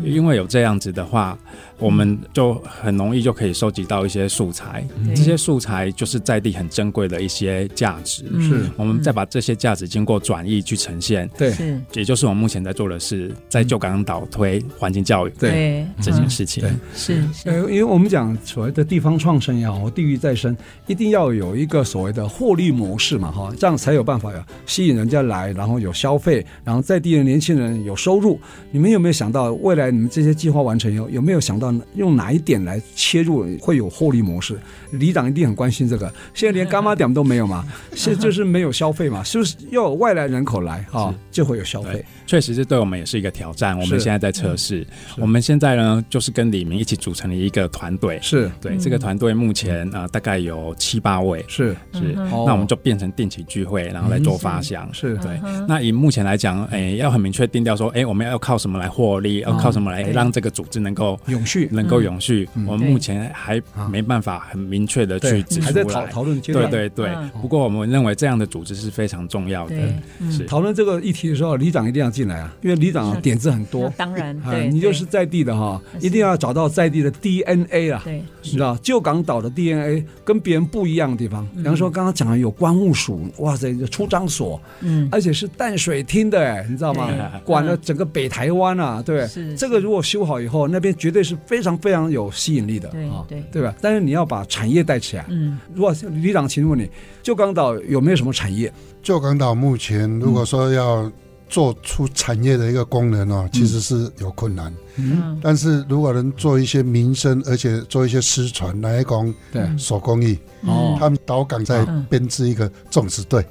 [SPEAKER 4] 因为有这样子的话，
[SPEAKER 2] 嗯
[SPEAKER 4] 我们就很容易就可以收集到一些素材，
[SPEAKER 1] 对
[SPEAKER 2] 嗯
[SPEAKER 4] 这些素材就是在地很珍贵的一些价值。
[SPEAKER 1] 嗯
[SPEAKER 2] 是，
[SPEAKER 4] 我们再把这些价值经过转译去呈现，
[SPEAKER 2] 嗯
[SPEAKER 4] 嗯
[SPEAKER 2] 对嗯
[SPEAKER 1] 是，
[SPEAKER 4] 也就是我目前在做的是在旧港岛推环境教育
[SPEAKER 2] 对。
[SPEAKER 4] 这件事情
[SPEAKER 2] 对。
[SPEAKER 1] 是
[SPEAKER 2] 呃，
[SPEAKER 1] 是，
[SPEAKER 2] 因为我们讲所谓的地方创生也好，地域再生，一定要有一个所谓的获利模式嘛，哈，这样才有办法吸引人家来，然后有消费，然后在地的年轻人有收入。你们有没有想到未来你们这些计划完成以后，有没有想到用哪一点来切入会有获利模式？里长一定很关心这个。现在连干妈点都没有嘛，现在就是没有消费嘛，就是要有外来人口来哈，就会有消费
[SPEAKER 4] 对。确实，这对我们也是一个挑战。我们
[SPEAKER 2] 是嗯
[SPEAKER 4] 现在在测试，我们现在呢就是跟李明一起组成了一个团队。
[SPEAKER 2] 是嗯
[SPEAKER 4] 对，这个团队目前啊、呃大概有七八位，
[SPEAKER 2] 是
[SPEAKER 4] 是，
[SPEAKER 2] 哦
[SPEAKER 4] 嗯
[SPEAKER 2] 嗯
[SPEAKER 4] 那我们就变成定期聚会，然后来做发想。
[SPEAKER 2] 是
[SPEAKER 4] 对。那以目前来讲，哎，要很明确定调说，哎，我们要靠什么来获利，
[SPEAKER 2] 嗯
[SPEAKER 4] 要靠什么来让这个组织能够
[SPEAKER 2] 永续，
[SPEAKER 4] 能够永续。我们
[SPEAKER 1] 对
[SPEAKER 4] 目前还没办法很明确的去
[SPEAKER 2] 嗯对
[SPEAKER 4] 指，
[SPEAKER 2] 还
[SPEAKER 4] 出
[SPEAKER 2] 在讨
[SPEAKER 4] 来。
[SPEAKER 2] 讨论阶
[SPEAKER 4] 对
[SPEAKER 2] 段。
[SPEAKER 4] 对对
[SPEAKER 1] 嗯，
[SPEAKER 4] 不过我们认为这样的组织是非常重要的
[SPEAKER 1] 对，
[SPEAKER 4] 是
[SPEAKER 2] 讨论这个议题的时候，里长一定要进来啊，因为里长点子很多。
[SPEAKER 1] 当然，
[SPEAKER 2] 啊，
[SPEAKER 1] 对，
[SPEAKER 2] 你就是在地的哈，一定要找到在地的 DNA 啊，
[SPEAKER 1] 对
[SPEAKER 2] 你知道旧港岛的 DNA 跟别人不一样的地
[SPEAKER 1] 嗯
[SPEAKER 2] 方。比方说刚刚讲的有关务署，哇塞，有出张所，
[SPEAKER 1] 嗯，
[SPEAKER 2] 而且是淡水厅的，哎，你知道吗
[SPEAKER 4] 对？
[SPEAKER 2] 管了整个北台湾啊，对
[SPEAKER 1] 是，
[SPEAKER 2] 这个如果修好以后，那边绝对是非常非常有吸引力的
[SPEAKER 1] 对
[SPEAKER 2] 啊
[SPEAKER 1] 对，
[SPEAKER 2] 对吧？但是你要把产业带起来。
[SPEAKER 1] 嗯，
[SPEAKER 2] 如果里长，请问你，旧港岛有没有什么产业？
[SPEAKER 3] 旧港岛目前
[SPEAKER 2] 嗯
[SPEAKER 3] 如果说要做出产业的一个功能
[SPEAKER 2] 嗯
[SPEAKER 3] 哦，其实是有困难。
[SPEAKER 1] 嗯，
[SPEAKER 3] 但是如果能做一些民生，而且做一些失传来讲
[SPEAKER 1] 嗯
[SPEAKER 2] 对，
[SPEAKER 3] 手工艺，
[SPEAKER 2] 嗯哦
[SPEAKER 3] 他们岛港在编织一个粽子队，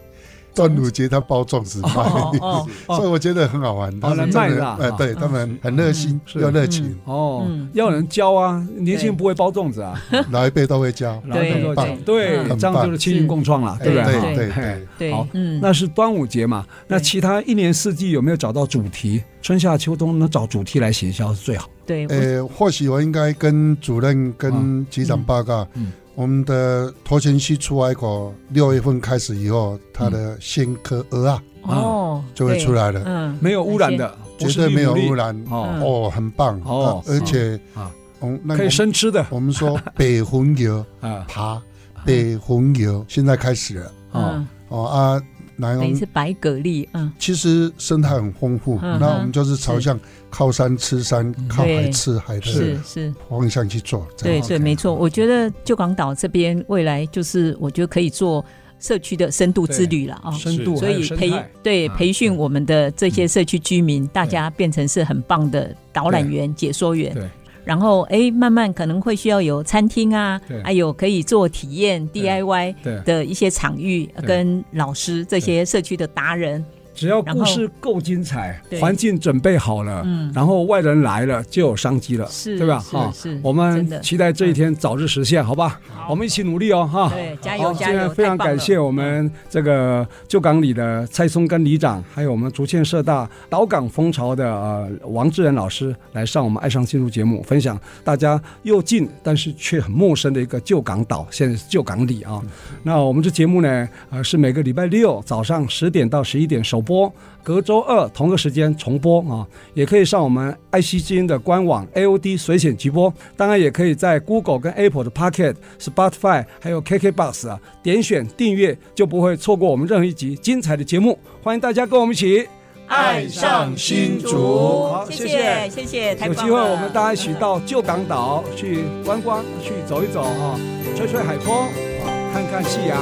[SPEAKER 3] 端午节他包粽子卖，
[SPEAKER 1] 哦
[SPEAKER 2] 哦
[SPEAKER 3] 所以我觉得很好玩。他们
[SPEAKER 2] 来卖
[SPEAKER 3] 真
[SPEAKER 2] 的
[SPEAKER 3] 的
[SPEAKER 2] 啊
[SPEAKER 3] 哎，对他们很热心
[SPEAKER 2] 嗯是
[SPEAKER 3] 又热情，
[SPEAKER 2] 哦，
[SPEAKER 1] 嗯
[SPEAKER 2] 要有人教啊，年轻人不会包粽子啊，
[SPEAKER 3] 老一辈都会教。
[SPEAKER 2] 然后他就
[SPEAKER 1] 对
[SPEAKER 2] 讲
[SPEAKER 1] 对
[SPEAKER 2] 对，
[SPEAKER 3] 嗯
[SPEAKER 2] 这样就是青云共创了，
[SPEAKER 3] 哎
[SPEAKER 2] 对不
[SPEAKER 3] 对
[SPEAKER 2] 对？
[SPEAKER 3] 对
[SPEAKER 2] 哈
[SPEAKER 3] 对
[SPEAKER 2] 嘿，
[SPEAKER 1] 对，
[SPEAKER 2] 好
[SPEAKER 1] 嗯，
[SPEAKER 2] 那是端午节嘛，那
[SPEAKER 1] 对
[SPEAKER 2] 其他一年四季有没有找到主题？春夏秋冬能找主题来行销是最好。
[SPEAKER 1] 对，我
[SPEAKER 3] 呃，或许我应该跟主任、跟局长报告
[SPEAKER 2] 啊嗯嗯，
[SPEAKER 3] 我们的头前溪出海口六月份开始以后，它
[SPEAKER 2] 嗯
[SPEAKER 3] 的鲜壳鹅啊
[SPEAKER 1] 哦，
[SPEAKER 3] 就会出
[SPEAKER 1] 来，
[SPEAKER 3] 来了，
[SPEAKER 1] 嗯，
[SPEAKER 2] 没有污染的，不
[SPEAKER 3] 绝
[SPEAKER 2] 是
[SPEAKER 3] 对没有
[SPEAKER 2] 利
[SPEAKER 3] 污
[SPEAKER 2] 用力
[SPEAKER 3] 染。
[SPEAKER 2] 哦，
[SPEAKER 3] 哦，很棒
[SPEAKER 2] 哦
[SPEAKER 3] 啊而且
[SPEAKER 2] 啊
[SPEAKER 3] 嗯，那个
[SPEAKER 2] 可以生吃的
[SPEAKER 3] 我们 说北红油
[SPEAKER 2] 啊
[SPEAKER 3] 爬，北红油现在开始了
[SPEAKER 2] 哦
[SPEAKER 1] 嗯，
[SPEAKER 3] 哦啊，南
[SPEAKER 1] 等于
[SPEAKER 3] 洋
[SPEAKER 1] 是白蛤蜊，嗯，
[SPEAKER 3] 其实生态很丰富，
[SPEAKER 1] 嗯
[SPEAKER 3] 那我们就是朝向靠山吃山、
[SPEAKER 2] 嗯
[SPEAKER 3] 靠海吃海的
[SPEAKER 1] 是是，
[SPEAKER 3] 方向去做。这
[SPEAKER 1] 对
[SPEAKER 2] 哦
[SPEAKER 3] 样
[SPEAKER 1] 对，没错。我觉得旧港岛这边未来就是，我觉得可以做社区的深度之旅了啊。
[SPEAKER 2] 深度
[SPEAKER 1] 所
[SPEAKER 2] 还有
[SPEAKER 1] 以
[SPEAKER 2] 生
[SPEAKER 1] 培
[SPEAKER 2] 态
[SPEAKER 1] 对
[SPEAKER 2] 啊嗯
[SPEAKER 1] 培训我们的这些社区居民，大家变成是很棒的导览员、解说员。
[SPEAKER 2] 对
[SPEAKER 1] 然后哎，慢慢可能会需要有餐厅啊
[SPEAKER 2] 对，
[SPEAKER 1] 还有可以做体验
[SPEAKER 2] 对
[SPEAKER 1] DIY
[SPEAKER 2] 对，
[SPEAKER 1] 的一些场域，
[SPEAKER 2] 对
[SPEAKER 1] 跟老师这些社区的达人，
[SPEAKER 2] 只要
[SPEAKER 1] 然
[SPEAKER 2] 故
[SPEAKER 1] 后
[SPEAKER 2] 事够精彩，
[SPEAKER 1] 对
[SPEAKER 2] 环境准备好了，
[SPEAKER 1] 嗯
[SPEAKER 2] 然后外人来了就有商机了，
[SPEAKER 1] 是
[SPEAKER 2] 对吧？哦
[SPEAKER 1] 是
[SPEAKER 2] 哈
[SPEAKER 1] 是，
[SPEAKER 2] 我
[SPEAKER 1] 真的
[SPEAKER 2] 们期待这一天早日实现，好吧？我们一起努力哦，哈。
[SPEAKER 1] 对，加
[SPEAKER 2] 好
[SPEAKER 1] 油加
[SPEAKER 2] 今天
[SPEAKER 1] 油！
[SPEAKER 2] 非常嗯
[SPEAKER 1] 太棒了
[SPEAKER 2] 感谢我们这个旧港里的蔡松根里长，还有我们竹堑社大岛港风潮的呃王志仁老师来上我们《爱上新竹》节目，分享大家又近但是却很陌生的一个旧港岛，现在是旧港里
[SPEAKER 1] 嗯
[SPEAKER 2] 啊。那我们这节目呢，呃，是每个礼拜六早上十点到十一点首播，隔周二同个时间重播啊，也可以上我们爱惜之音的官网 AOD 随选直播，当然也可以在 Google 跟 Apple 的 Pocket、Spotify 还有 KKBox 啊点选订阅，就不会错过我们任何一集精彩的节目。欢迎大家跟我们一起，
[SPEAKER 3] 爱上新竹
[SPEAKER 2] 好
[SPEAKER 1] 谢
[SPEAKER 2] 谢
[SPEAKER 1] 谢谢谢，太
[SPEAKER 2] 有
[SPEAKER 1] 棒
[SPEAKER 2] 机会我们
[SPEAKER 1] 了
[SPEAKER 2] 大家一起到旧港岛去观光、去走一走哈、啊，吹吹海风啊，看看夕阳。